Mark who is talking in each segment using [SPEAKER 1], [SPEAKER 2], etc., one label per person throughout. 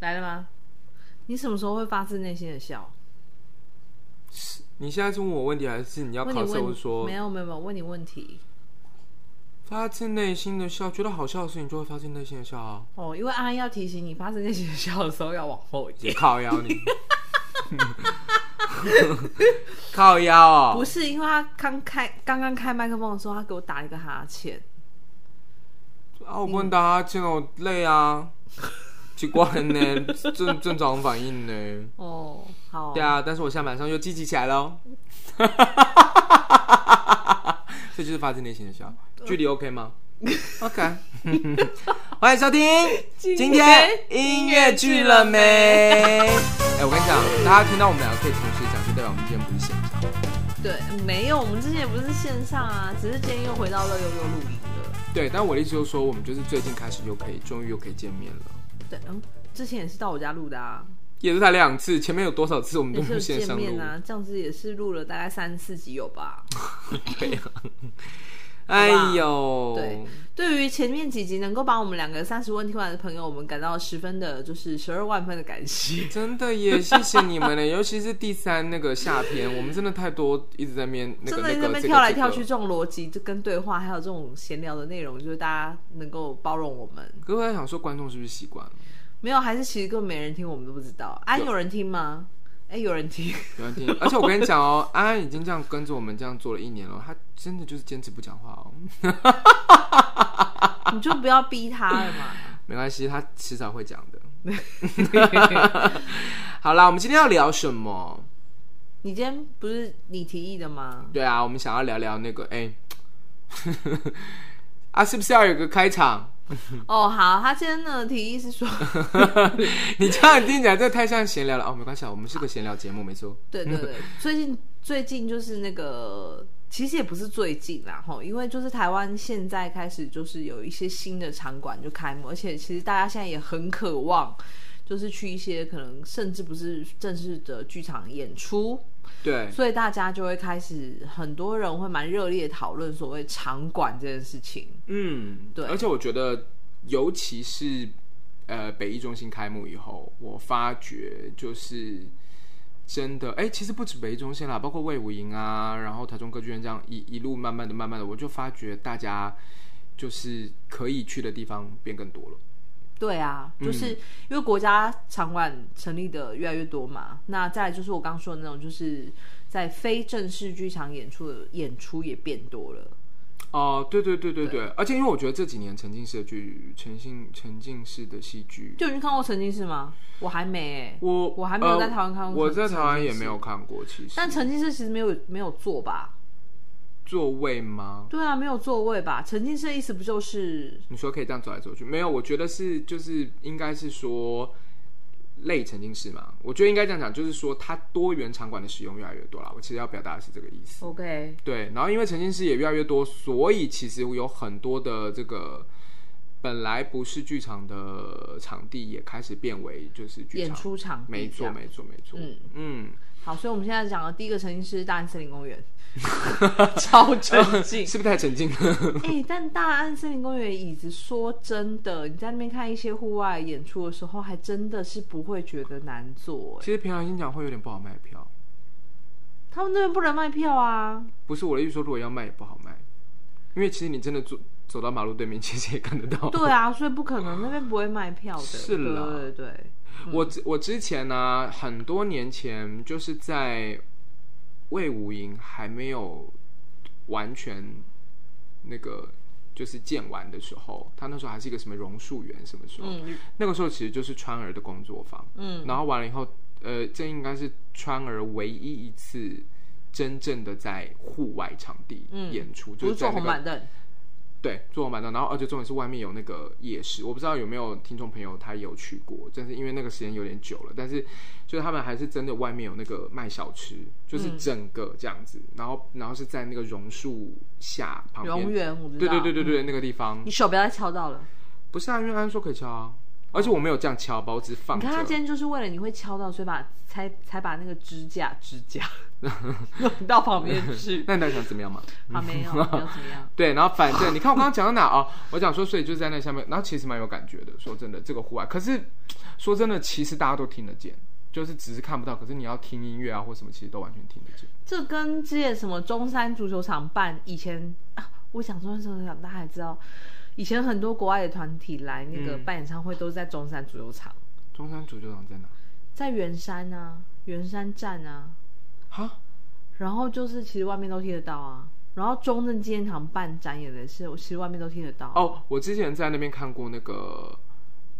[SPEAKER 1] 来了吗？你什么时候会发自内心的笑？
[SPEAKER 2] 你现在是问我问题，还是你要
[SPEAKER 1] 问你
[SPEAKER 2] 考试我
[SPEAKER 1] 问
[SPEAKER 2] 说
[SPEAKER 1] 没有没有没有问你问题
[SPEAKER 2] 发自内心的笑？觉得好笑的事情就会发自内心的笑啊！
[SPEAKER 1] 哦，因为阿姨要提醒你发自内心的笑的时候要往后
[SPEAKER 2] 也
[SPEAKER 1] 点，
[SPEAKER 2] 靠腰你，靠腰哦！
[SPEAKER 1] 不是因为他刚开刚刚开麦克风的时候，他给我打了一个哈欠，
[SPEAKER 2] 啊，我不能打哈欠，我累啊，奇怪呢，正正常反应呢。
[SPEAKER 1] 哦，好，
[SPEAKER 2] 对啊，但是我现在马上又积极起来喽， 这就是发自内心的笑，距离 OK 吗？OK，欢迎收听
[SPEAKER 1] 今
[SPEAKER 2] 今
[SPEAKER 1] 天
[SPEAKER 2] 天音乐剧了没？哎、我跟你讲，大家听到我们两个可以同时讲，就代表我们今天不是现场。
[SPEAKER 1] 对，没有，我们之前也不是线上啊，只是今天又回到乐悠悠录音了。
[SPEAKER 2] 对，但我的意思就是说，我们就是最近开始又可以，终于又可以见面了。
[SPEAKER 1] 对，嗯，之前也是到我家录的啊，
[SPEAKER 2] 也是才两次，前面有多少次我们都
[SPEAKER 1] 也是
[SPEAKER 2] 没有
[SPEAKER 1] 有
[SPEAKER 2] 线
[SPEAKER 1] 见
[SPEAKER 2] 上录
[SPEAKER 1] 面？啊，这样子也是录了大概三四集有吧。
[SPEAKER 2] 对 啊，哎呦，
[SPEAKER 1] 对，对于前面几集能够把我们两个三十问听完的朋友，我们感到十分的，就是十二万分的感谢。
[SPEAKER 2] 真的耶，谢谢你们呢， 尤其是第三那个夏天，我们真的太多一直在面那
[SPEAKER 1] 真
[SPEAKER 2] 个
[SPEAKER 1] 的在那
[SPEAKER 2] 那个
[SPEAKER 1] 边跳来跳去，这。种逻辑就跟对话，还有这种闲聊的内容，就是大家能够包容我们。
[SPEAKER 2] 这个可是我在想说，观众是不是习惯了？
[SPEAKER 1] 没有，还是其实根本没人听，我们都不知道。安、
[SPEAKER 2] 有
[SPEAKER 1] 有人听吗？哎、有人听，
[SPEAKER 2] 有人听，而且我跟你讲哦，安安已经这样跟着我们这样做了一年了，他真的就是坚持不讲话哦。
[SPEAKER 1] 你就不要逼他了嘛。
[SPEAKER 2] 没关系，他迟早会讲的。 好啦，我们今天要聊什么？
[SPEAKER 1] 你今天不是你提议的吗？
[SPEAKER 2] 对啊，我们想要聊聊那个，哎、 啊，是不是要有个开场？
[SPEAKER 1] 哦，好，他今天的提议是说，
[SPEAKER 2] 你这样听起来，这太像闲聊了哦。没关系，啊，我们是个闲聊节目，没错。
[SPEAKER 1] 对对对，最近最近就是那个，其实也不是最近啦，吼，因为就是台湾现在开始就是有一些新的场馆就开幕，而且其实大家现在也很渴望，就是去一些可能甚至不是正式的剧场演出，
[SPEAKER 2] 对，
[SPEAKER 1] 所以大家就会开始很多人会蛮热烈讨论所谓场馆这件事情。
[SPEAKER 2] 嗯，
[SPEAKER 1] 对
[SPEAKER 2] 而且我觉得，尤其是呃北艺中心开幕以后，我发觉就是真的，哎、其实不止北艺中心啦，包括魏武营啊，然后台中歌剧院这样一一路慢慢的、慢慢的，我就发觉大家就是可以去的地方变更多了。
[SPEAKER 1] 对啊，
[SPEAKER 2] 嗯
[SPEAKER 1] 就是因为国家场馆成立的越来越多嘛，那再来就是我刚说的那种，就是在非正式剧场演出的演出也变多了。
[SPEAKER 2] 哦、对对对对对，而且因为我觉得这几年沉浸式的剧、沉浸沉浸式的戏剧，
[SPEAKER 1] 就你看过沉浸式吗？我还没哎、
[SPEAKER 2] 我
[SPEAKER 1] 我还没有在台湾看过
[SPEAKER 2] 呃我
[SPEAKER 1] 沉
[SPEAKER 2] 在台湾
[SPEAKER 1] 沉
[SPEAKER 2] 也
[SPEAKER 1] 浸
[SPEAKER 2] 没有
[SPEAKER 1] 式
[SPEAKER 2] 看过，其实。
[SPEAKER 1] 但沉浸式其实没有没有座吧？
[SPEAKER 2] 座位吗？
[SPEAKER 1] 对啊，没有座位吧？沉浸式的意思不就是
[SPEAKER 2] 你说可以这样走来走去？没有，我觉得是就是应该是说类沉浸式嘛。我觉得应该这样讲，就是说它多元场馆的使用越来越多啦。我其实要表达的是这个意思。
[SPEAKER 1] OK？
[SPEAKER 2] 对，然后因为沉浸式也越来越多，所以其实有很多的这个本来不是剧场的场地也开始变为就是剧场。
[SPEAKER 1] 演出场地
[SPEAKER 2] 没
[SPEAKER 1] 这
[SPEAKER 2] 错，
[SPEAKER 1] 样
[SPEAKER 2] 没错，没错。嗯嗯，
[SPEAKER 1] 好，所以我们现在讲的第一个沉浸式是大安森林公 园， 超沉浸。
[SPEAKER 2] 是不是太沉浸了？
[SPEAKER 1] 哎、但大安森林公园的椅子，说真的，你在那边看一些户外演出的时候，还真的是不会觉得难做、哎
[SPEAKER 2] 其实平常心讲会有点不好卖票，
[SPEAKER 1] 他们那边不能卖票啊，
[SPEAKER 2] 不是我的意思说，如果要卖也不好卖，因为其实你真的走走到马路对面，其实也看得到。
[SPEAKER 1] 对啊，所以不可能那边不会卖票的。
[SPEAKER 2] 哦是啦哦
[SPEAKER 1] 对对对，
[SPEAKER 2] 我之我之前呢、很多年前就是在魏武营还没有完全那个就是建完的时候，他那时候还是一个什么榕树园，什么时候？
[SPEAKER 1] 嗯
[SPEAKER 2] 那个时候其实就是川儿的工作坊，
[SPEAKER 1] 嗯，
[SPEAKER 2] 然后完了以后，呃，这应该是川儿唯一一次真正的在户外场地
[SPEAKER 1] 嗯
[SPEAKER 2] 演出，
[SPEAKER 1] 不
[SPEAKER 2] 就是是
[SPEAKER 1] 坐
[SPEAKER 2] 在那
[SPEAKER 1] 红
[SPEAKER 2] 个
[SPEAKER 1] 板凳，
[SPEAKER 2] 对，坐红板凳，然后呃而且重点是外面有那个夜市，我不知道有没有听众朋友他也有去过，但是因为那个时间有点久了，但是就是他们还是真的外面有那个卖小吃，就是整个这样子，然后然后是在那个榕树下旁
[SPEAKER 1] 荣
[SPEAKER 2] 边，
[SPEAKER 1] 园我不知
[SPEAKER 2] 对
[SPEAKER 1] 道。嗯
[SPEAKER 2] 对对对对，那个地方
[SPEAKER 1] 你手不要再敲到了。
[SPEAKER 2] 不是啊，因为安说可以敲啊，而且我没有这样敲，包子放
[SPEAKER 1] 你
[SPEAKER 2] 着。
[SPEAKER 1] 看他今天就是为了你会敲到，所以把才才把那个支架支架 弄到旁边 去。
[SPEAKER 2] 那你到底想怎么样嘛？
[SPEAKER 1] 啊，没有，没有怎么样。
[SPEAKER 2] 对，然后反正你看我刚刚讲到哪哦？我讲说，所以就在那下面，然后其实蛮有感觉的。说真的，这个户外，可是说真的，其实大家都听得见，就是只是看不到。可是你要听音乐啊或什么，其实都完全听得见。
[SPEAKER 1] 这跟之前什么中山足球场办以前啊，我想中山足球场，大家还知道，以前很多国外的团体来那个
[SPEAKER 2] 嗯
[SPEAKER 1] 办演唱会都是在中山足球场，
[SPEAKER 2] 中山足球场在哪？
[SPEAKER 1] 在圆山啊，圆山站啊，
[SPEAKER 2] 哈，
[SPEAKER 1] 然后就是其实外面都听得到啊。然后中正纪念堂办展演的是，我其实外面都听得到。啊
[SPEAKER 2] 哦，我之前在那边看过那个、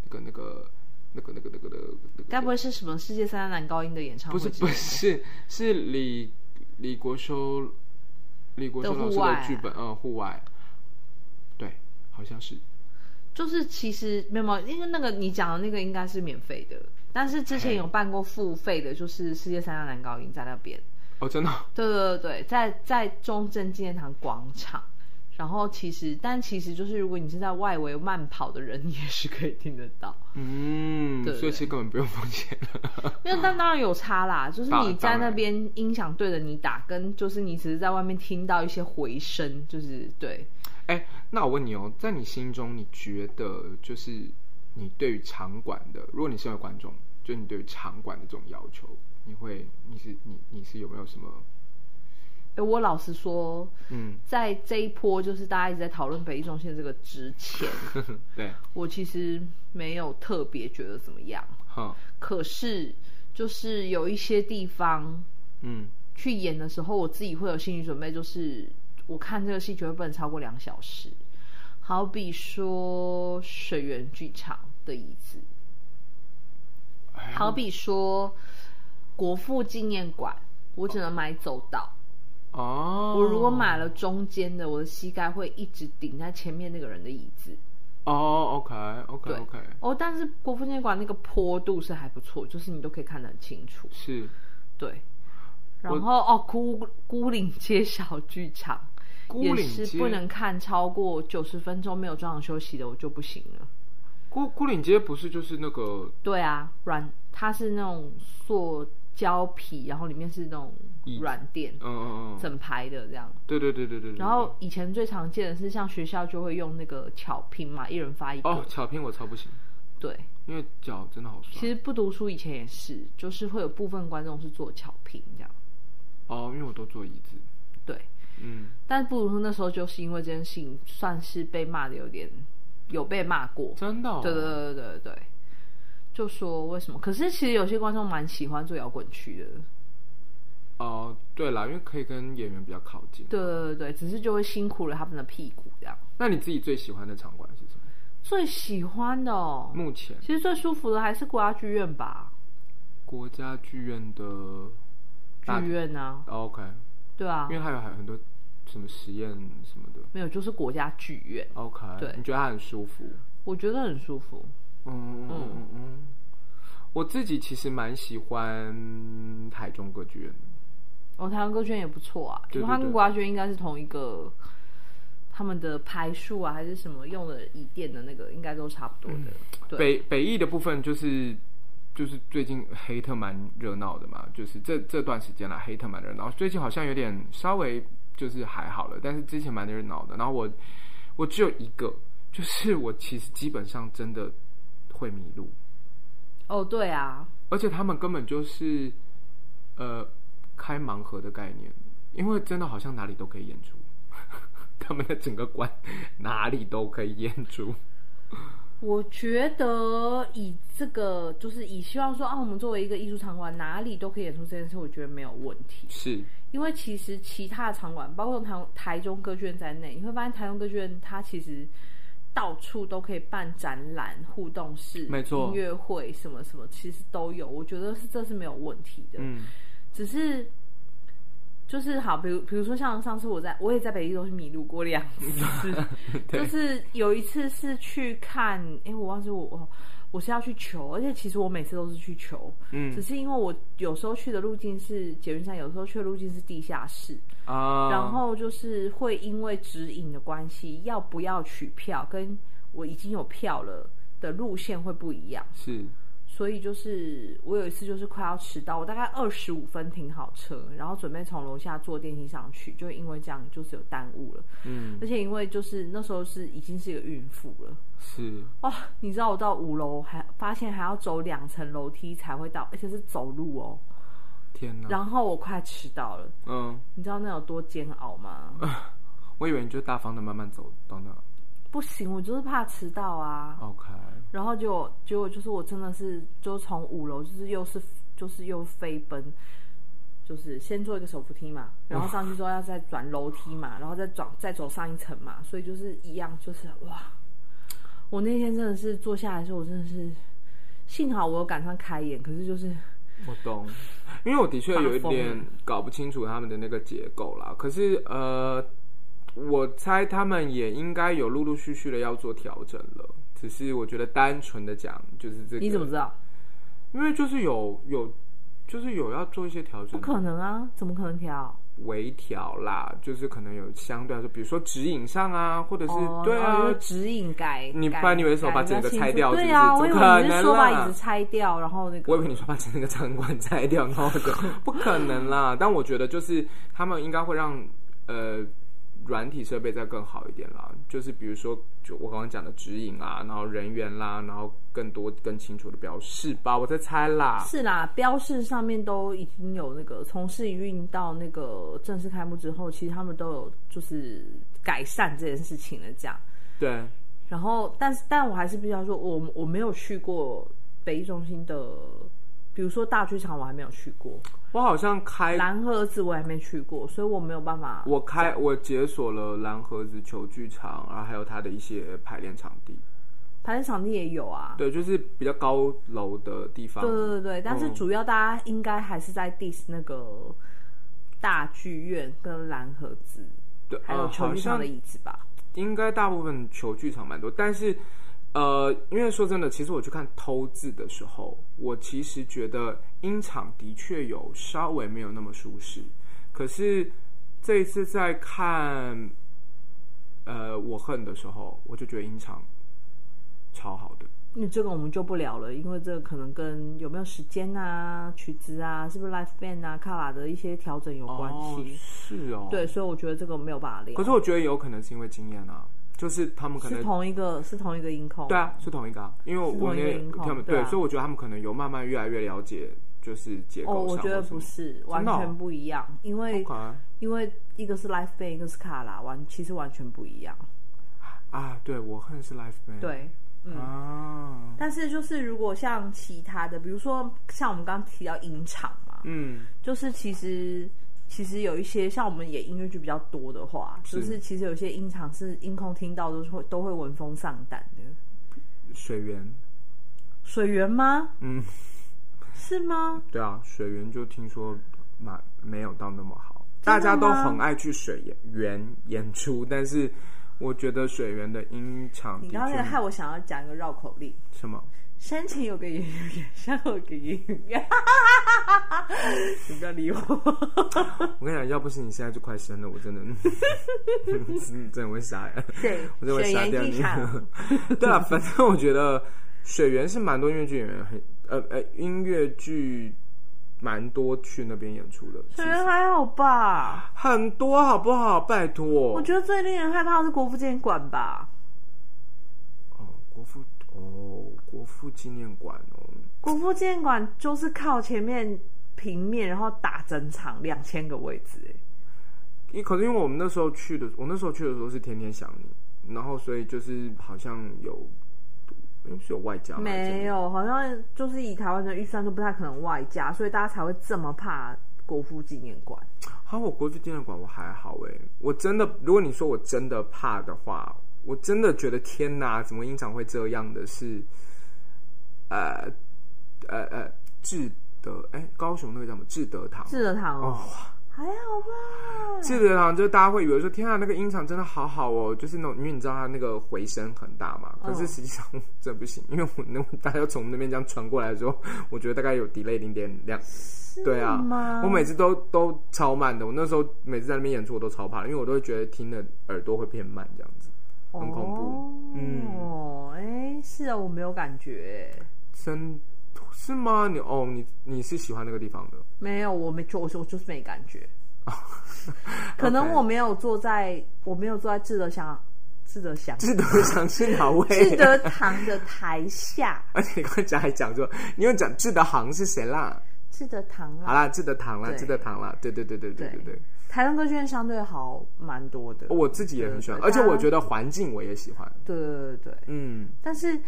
[SPEAKER 2] 那个、那个、那个、那个、那个、那个，那个
[SPEAKER 1] 该不会是什么世界三大男高音的演唱
[SPEAKER 2] 不
[SPEAKER 1] 会
[SPEAKER 2] 是
[SPEAKER 1] 之类的？
[SPEAKER 2] 不是是李李国修李国修
[SPEAKER 1] 的
[SPEAKER 2] 老
[SPEAKER 1] 户
[SPEAKER 2] 师
[SPEAKER 1] 外
[SPEAKER 2] 的
[SPEAKER 1] 啊
[SPEAKER 2] 剧本，嗯，户外，对，好像是。
[SPEAKER 1] 就是其实没有没有，因为那个你讲的那个应该是免费的，但是之前有办过付费的，就是世界三大男高音在那边。
[SPEAKER 2] 哦，真的，
[SPEAKER 1] 对对对对，在在中正纪念堂广场。然后其实，但其实就是如果你是在外围慢跑的人，你也是可以听得 到。
[SPEAKER 2] 嗯，
[SPEAKER 1] 对
[SPEAKER 2] 所以其实根本不用付钱了。
[SPEAKER 1] 没有，但当然有差啦，就是
[SPEAKER 2] 当
[SPEAKER 1] 你在
[SPEAKER 2] 当
[SPEAKER 1] 那
[SPEAKER 2] 然
[SPEAKER 1] 边音响对着你打，跟就是你只是在外面听到一些回声，就是对。
[SPEAKER 2] 哎， 那我问你哦，在你心中，你觉得就是你对于场馆的，如果你身为观众，就你对于场馆的这种要求，你会，你是你你是有没有什么？
[SPEAKER 1] 哎，我老实说，
[SPEAKER 2] 嗯，
[SPEAKER 1] 在这一波就是大家一直在讨论北艺中心的这个之 前，
[SPEAKER 2] 对，
[SPEAKER 1] 我其实没有特别觉得怎么样，
[SPEAKER 2] 哼，
[SPEAKER 1] 可是就是有一些地方
[SPEAKER 2] 嗯，
[SPEAKER 1] 去演的时候，我自己会有心理准备，就是我看这个戏绝对不能超过两小时。好比说水源剧场的椅子，
[SPEAKER 2] 哎
[SPEAKER 1] 好比说国父纪念馆，我只能买走道。
[SPEAKER 2] 哦，
[SPEAKER 1] 我如果买了中间的，我的膝盖会一直顶在前面那个人的椅子。
[SPEAKER 2] 哦，OK OK
[SPEAKER 1] 对
[SPEAKER 2] OK，
[SPEAKER 1] 哦，但是国父纪念馆那个坡度是还不错，就是你都可以看得很清楚。
[SPEAKER 2] 是，
[SPEAKER 1] 对，然
[SPEAKER 2] 我
[SPEAKER 1] 后哦，孤孤岭街小剧场
[SPEAKER 2] 孤
[SPEAKER 1] 也
[SPEAKER 2] 岭
[SPEAKER 1] 是
[SPEAKER 2] 街
[SPEAKER 1] 不能看超过九十分钟没有中场休息的，我就不行了。
[SPEAKER 2] 孤孤岭街不是就是那个
[SPEAKER 1] 对啊，软它是那种塑胶皮，然后里面是那种
[SPEAKER 2] 椅子
[SPEAKER 1] 软垫
[SPEAKER 2] 嗯，嗯嗯，
[SPEAKER 1] 整排的这样。
[SPEAKER 2] 对对对对对对。
[SPEAKER 1] 然后以前最常见的是像学校就会用那个巧拼嘛，一人发一
[SPEAKER 2] 对
[SPEAKER 1] 个。
[SPEAKER 2] 哦，巧拼我超不行，
[SPEAKER 1] 对，
[SPEAKER 2] 因为脚真的好酸。
[SPEAKER 1] 其实不读书以前也是，就是会有部分观众是做巧拼这样。
[SPEAKER 2] 哦，因为我都坐椅子。
[SPEAKER 1] 对，
[SPEAKER 2] 嗯，
[SPEAKER 1] 但不如说那时候就是因为这件事情，算是被骂的有点有被骂过。
[SPEAKER 2] 真的、哦。
[SPEAKER 1] 对对对对对对，就说为什么？可是其实有些观众蛮喜欢做摇滚区的。
[SPEAKER 2] 哦，对啦，因为可以跟演员比较靠近。
[SPEAKER 1] 对对对对，只是就会辛苦了他们的屁股这样。
[SPEAKER 2] 那你自己最喜欢的场馆是什么？
[SPEAKER 1] 最喜欢的哦，
[SPEAKER 2] 目前
[SPEAKER 1] 其实最舒服的还是国家剧院吧，
[SPEAKER 2] 国家剧院的
[SPEAKER 1] 剧
[SPEAKER 2] 大
[SPEAKER 1] 院啊，
[SPEAKER 2] 哦 OK，
[SPEAKER 1] 对啊
[SPEAKER 2] 因，为还有还有很多什么实验什么的。
[SPEAKER 1] 没有就是国家剧院，
[SPEAKER 2] OK，
[SPEAKER 1] 对
[SPEAKER 2] 你觉得它很舒服？
[SPEAKER 1] 我觉得很舒服。
[SPEAKER 2] 嗯嗯嗯嗯，我自己其实蛮喜欢台中歌剧院的。
[SPEAKER 1] 哦，台湾歌剧院也不错啊，
[SPEAKER 2] 对对
[SPEAKER 1] 就它跟
[SPEAKER 2] 对
[SPEAKER 1] 国家剧院应该是同一个，他们的排数啊还是什么用的椅垫的那个应该都差不多
[SPEAKER 2] 嗯
[SPEAKER 1] 的。对，
[SPEAKER 2] 北北艺的部分就是就是最近黑特蛮热闹的嘛，就是这这段时间啦，黑特蛮热闹，最近好像有点稍微就是还好了，但是之前蛮热闹的。然后我我只有一个，就是我其实基本上真的会迷路，
[SPEAKER 1] 哦对啊，
[SPEAKER 2] 而且他们根本就是呃开盲盒的概念，因为真的好像哪里都可以演出。 他们的整个馆哪里都可以演出，
[SPEAKER 1] 我觉得以这个就是以希望说啊，我们作为一个艺术场馆，哪里都可以演出这件事，我觉得没有问题。
[SPEAKER 2] 是
[SPEAKER 1] 因为其实其他的场馆，包括台台中歌剧院在内，你会发现台中歌剧院它其实到处都可以办展览、互动式、
[SPEAKER 2] 没错
[SPEAKER 1] 音乐会什么什么，其实都有。我觉得是这是没有问题的，
[SPEAKER 2] 嗯
[SPEAKER 1] 只是就是好，比如比如说像上次我在我也在北艺中心迷路过两次，就是有一次是去看，哎，我忘记我我我是要去球，而且其实我每次都是去球，
[SPEAKER 2] 嗯
[SPEAKER 1] 只是因为我有时候去的路径是捷运站，有时候去的路径是地下室，
[SPEAKER 2] 啊，
[SPEAKER 1] 然后就是会因为指引的关系，要不要取票，跟我已经有票了的路线会不一样，
[SPEAKER 2] 是
[SPEAKER 1] 所以就是我有一次就是快要迟到，我大概二十五分停好车，然后准备从楼下坐电梯上去，就因为这样就是有耽误了，
[SPEAKER 2] 嗯
[SPEAKER 1] 而且因为就是那时候是已经是一个孕妇了，
[SPEAKER 2] 是，
[SPEAKER 1] 哇、你知道我到五楼还发现还要走两层楼梯才会到，而且是走路哦，
[SPEAKER 2] 天哪，
[SPEAKER 1] 然后我快迟到了，
[SPEAKER 2] 嗯，
[SPEAKER 1] 你知道那有多煎熬吗？
[SPEAKER 2] 我以为你就大方的慢慢走到那
[SPEAKER 1] 不行，我就是怕迟到啊。
[SPEAKER 2] ，OK，
[SPEAKER 1] 然后结果结果就是我真的是就从五楼就是又是就是又飞奔，就是先做一个手扶梯
[SPEAKER 2] 哦
[SPEAKER 1] 嘛，然后上去之后要再转楼梯嘛，然后再转再走上一层嘛，所以就是一样就是哇，我那天真的是坐下来的时候，我真的是幸好我有赶上开演，可是就是
[SPEAKER 2] 我懂，因为我的确有一
[SPEAKER 1] 发疯
[SPEAKER 2] 点搞不清楚他们的那个结构啦。可是呃，我猜他们也应该有陆陆续续的要做调整了。只是我觉得单纯的讲，就是这个，
[SPEAKER 1] 你怎么知道？
[SPEAKER 2] 因为就是有有就是有要做一些调
[SPEAKER 1] 不
[SPEAKER 2] 整，
[SPEAKER 1] 可能啊，怎么可能调？
[SPEAKER 2] 微调啦，就是可能有相对来说，比如说指引上啊，或者是、
[SPEAKER 1] 哦，
[SPEAKER 2] 对
[SPEAKER 1] 然后
[SPEAKER 2] 啊
[SPEAKER 1] 就，指引改，
[SPEAKER 2] 你
[SPEAKER 1] 改
[SPEAKER 2] 不然你以为什么把
[SPEAKER 1] 改
[SPEAKER 2] 整个
[SPEAKER 1] 比较
[SPEAKER 2] 拆
[SPEAKER 1] 清楚
[SPEAKER 2] 掉是
[SPEAKER 1] 对
[SPEAKER 2] 不
[SPEAKER 1] 啊，
[SPEAKER 2] 是
[SPEAKER 1] 我以
[SPEAKER 2] 怎
[SPEAKER 1] 为
[SPEAKER 2] 么可
[SPEAKER 1] 你
[SPEAKER 2] 能
[SPEAKER 1] 是说把
[SPEAKER 2] 啦
[SPEAKER 1] 椅子拆掉，然后那个
[SPEAKER 2] 我以为你说把整个场馆拆掉，然后 就不可能啦。但我觉得就是他们应该会让呃软体设备再更好一点啦，就是比如说就我刚刚讲的指引啊，然后人员啦，然后更多更清楚的标示吧，我在猜啦。
[SPEAKER 1] 是啦，标示上面都已经有那个从试营运到那个正式开幕之后，其实他们都有就是改善这件事情了，这样。
[SPEAKER 2] 对，
[SPEAKER 1] 然后，但是但我还是必须要说，我我没有去过北艺中心的，比如说大剧场，我还没有去过，
[SPEAKER 2] 我好像开
[SPEAKER 1] 蓝盒子我还没去过，所以我没有办法。
[SPEAKER 2] 我开我解锁了蓝盒子球剧场，然后还有它的一些排练场地，
[SPEAKER 1] 排练场地也有啊，
[SPEAKER 2] 对，就是比较高楼的地方。
[SPEAKER 1] 对对对，但是
[SPEAKER 2] 嗯
[SPEAKER 1] 主要大家应该还是在 diss 那个大剧院跟蓝盒子，
[SPEAKER 2] 对，
[SPEAKER 1] 还
[SPEAKER 2] 呃
[SPEAKER 1] 有球
[SPEAKER 2] 好
[SPEAKER 1] 剧
[SPEAKER 2] 像
[SPEAKER 1] 场的椅子吧。
[SPEAKER 2] 应该大部分球剧场蛮多，但是呃，因为说真的，其实我去看偷字的时候，我其实觉得音场的确有稍微没有那么舒适，可是这一次在看呃我恨的时候，我就觉得音场超好的。
[SPEAKER 1] 那这个我们就不聊了，因为这个可能跟有没有时间啊、曲子啊、是不是 l i f e band 啊、卡拉的一些调整有关
[SPEAKER 2] 哦
[SPEAKER 1] 系。
[SPEAKER 2] 是哦，
[SPEAKER 1] 对，。所以我觉得这个没有办法聊。
[SPEAKER 2] 可是我觉得有可能是因为经验啊，就是他们可能
[SPEAKER 1] 是同一个是同一个音控。
[SPEAKER 2] 对啊，是同一个啊，因为我
[SPEAKER 1] 是同
[SPEAKER 2] 我
[SPEAKER 1] 一个
[SPEAKER 2] 那
[SPEAKER 1] 音控
[SPEAKER 2] 他们
[SPEAKER 1] 对啊
[SPEAKER 2] 所以我觉得他们可能有慢慢越来越了解，就是结构
[SPEAKER 1] 哦，
[SPEAKER 2] 上或
[SPEAKER 1] 我
[SPEAKER 2] 什么。
[SPEAKER 1] 觉得不是，完
[SPEAKER 2] 真的哦
[SPEAKER 1] 全不一样，因为
[SPEAKER 2] OK 啊
[SPEAKER 1] 因为一个是 l i f e band，一个是卡拉，完其实完全不一
[SPEAKER 2] 嗯
[SPEAKER 1] 样。
[SPEAKER 2] 啊，对我恨是 Life Band，
[SPEAKER 1] 对，嗯
[SPEAKER 2] 啊，
[SPEAKER 1] 但是就是如果像其他的，比如说像我们刚刚提到音场嘛，
[SPEAKER 2] 嗯，
[SPEAKER 1] 就是其实其实有一些像我们演音乐剧比较多的话，
[SPEAKER 2] 是
[SPEAKER 1] 就是其实有些音场是音控听到都是会都会闻风丧胆的。
[SPEAKER 2] 水源，
[SPEAKER 1] 水源吗？
[SPEAKER 2] 嗯，
[SPEAKER 1] 是吗？
[SPEAKER 2] 对啊，水源就听说嘛没有到那么好，
[SPEAKER 1] 真
[SPEAKER 2] 大
[SPEAKER 1] 的
[SPEAKER 2] 家
[SPEAKER 1] 吗
[SPEAKER 2] 都很爱去水源源演出，但是我觉得水源的音场的
[SPEAKER 1] 你
[SPEAKER 2] 确
[SPEAKER 1] 刚才害我想要讲一个绕口令。
[SPEAKER 2] 什么
[SPEAKER 1] 山前有个演员， 山后有个演员， 你不要理我。
[SPEAKER 2] 我跟你讲，要不是你现在就快生了，我真的， 真的会傻呀。
[SPEAKER 1] 对
[SPEAKER 2] 我真的会
[SPEAKER 1] 水
[SPEAKER 2] 傻
[SPEAKER 1] 源
[SPEAKER 2] 掉
[SPEAKER 1] 剧 场。
[SPEAKER 2] 你。对啊，反正我觉得水源是蛮多音乐剧演员很呃呃音乐剧蛮多去那边演出的，其
[SPEAKER 1] 水
[SPEAKER 2] 实
[SPEAKER 1] 源还好吧？
[SPEAKER 2] 很多好不好？拜托，
[SPEAKER 1] 我觉得最令人害怕的是国父纪念馆吧。
[SPEAKER 2] 哦国父哦国父纪念馆哦，
[SPEAKER 1] 国父纪念馆就是靠前面平面，然后打整场两千个位置，哎
[SPEAKER 2] 因可是因为我们那时候去的，我那时候去的时候是天天想你，然后所以就是好像有。诶是有外加吗
[SPEAKER 1] 没有，好像就是以台湾的预算都不太可能外加，所以大家才会这么怕国父纪念馆。
[SPEAKER 2] 好，我国际纪念馆我还好哎、我真的，如果你说我真的怕的话，我真的觉得天哪，怎么音场会这样的是，呃呃呃，志德哎、高雄那个叫什么志德堂
[SPEAKER 1] 志德堂
[SPEAKER 2] 哦
[SPEAKER 1] 哦，，还好吧？
[SPEAKER 2] 志德堂就是大家会以为说天啊，那个音场真的好好哦，就是那种因为你知道它那个回声很大嘛，可是实际上 这不行，因为我那大家从那边这样传过来的时候，我觉得大概有 delay 零点两对啊
[SPEAKER 1] 是吗，
[SPEAKER 2] 我每次都都超慢的。我那时候每次在那边演出，我都超怕，因为我都会觉得听的耳朵会变慢这样子。很恐怖。嗯，
[SPEAKER 1] 哦，哎、是啊，我没有感觉、
[SPEAKER 2] 真是吗？你哦，你你是喜欢那个地方的？
[SPEAKER 1] 没有，我没就我就我就是没感 觉，可能我没有坐在我没有坐在志德祥志德祥
[SPEAKER 2] 志德祥 是哪位？
[SPEAKER 1] 志德堂的台下，
[SPEAKER 2] 而且你刚才还讲说，你又讲志德行是谁啦？
[SPEAKER 1] 志德堂
[SPEAKER 2] 好
[SPEAKER 1] 啊，
[SPEAKER 2] 啦，志德堂啦，
[SPEAKER 1] 对
[SPEAKER 2] 志德堂啦，对对对对对对对。
[SPEAKER 1] 台湾歌剧院相对好蛮多的，
[SPEAKER 2] 哦我自己也很喜欢，
[SPEAKER 1] 对
[SPEAKER 2] 而且
[SPEAKER 1] 它
[SPEAKER 2] 我觉得环境我也喜欢。
[SPEAKER 1] 对对对对，
[SPEAKER 2] 嗯，
[SPEAKER 1] 但是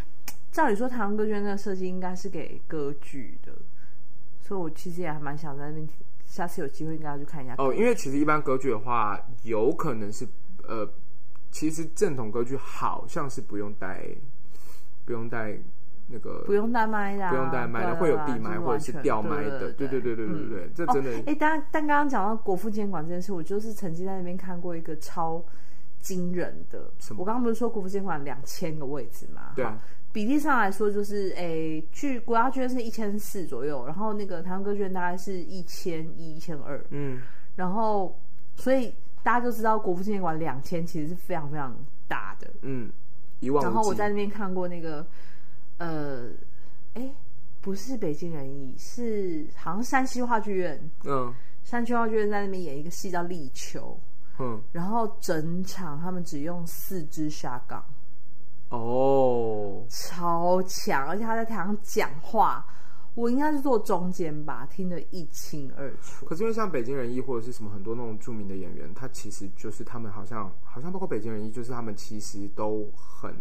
[SPEAKER 1] 照理说，台湾歌剧院那个设计应该是给歌剧的，所以我其实也还蛮想在那边，下次有机会应该要去看一下。
[SPEAKER 2] 哦，因为其实一般歌剧的话，有可能是呃，其实正统歌剧好像是不用带，不用带那个
[SPEAKER 1] 不用带麦的啊、
[SPEAKER 2] 不用带麦
[SPEAKER 1] 对
[SPEAKER 2] 的，
[SPEAKER 1] 啊
[SPEAKER 2] 会有
[SPEAKER 1] 对啊
[SPEAKER 2] 地
[SPEAKER 1] 就
[SPEAKER 2] 麦
[SPEAKER 1] 是
[SPEAKER 2] 或者
[SPEAKER 1] 完
[SPEAKER 2] 是
[SPEAKER 1] 全
[SPEAKER 2] 吊麦的。对
[SPEAKER 1] 对
[SPEAKER 2] 对对对对对，这真的
[SPEAKER 1] 哎、但但刚刚讲到国父纪念馆这件事，我就是曾经在那边看过一个超惊人的
[SPEAKER 2] 什。么
[SPEAKER 1] 我刚刚不是说国父纪念馆两千个位置嘛？
[SPEAKER 2] 对啊
[SPEAKER 1] 好比例上来说，就是诶、去国家剧院是一千四左右，然后那个台湾歌剧院大概是一千一、一千二，
[SPEAKER 2] 嗯，
[SPEAKER 1] 然后所以大家就知道国父纪念馆两千其实是非常非常大的。
[SPEAKER 2] 嗯，一望无际。
[SPEAKER 1] 然后我在那边看过那个，呃，哎，不是北京人艺，是好像山西话剧院，
[SPEAKER 2] 嗯
[SPEAKER 1] 山西话剧院在那边演一个戏叫《立秋》，
[SPEAKER 2] 嗯
[SPEAKER 1] 然后整场他们只用四支沙杠，
[SPEAKER 2] 哦，
[SPEAKER 1] 超强，而且他在台上讲话，我应该是坐中间吧，听得一清二楚。
[SPEAKER 2] 可是因为像北京人艺或者是什么很多那种著名的演员，他其实就是他们好像好像包括北京人艺，就是他们其实都很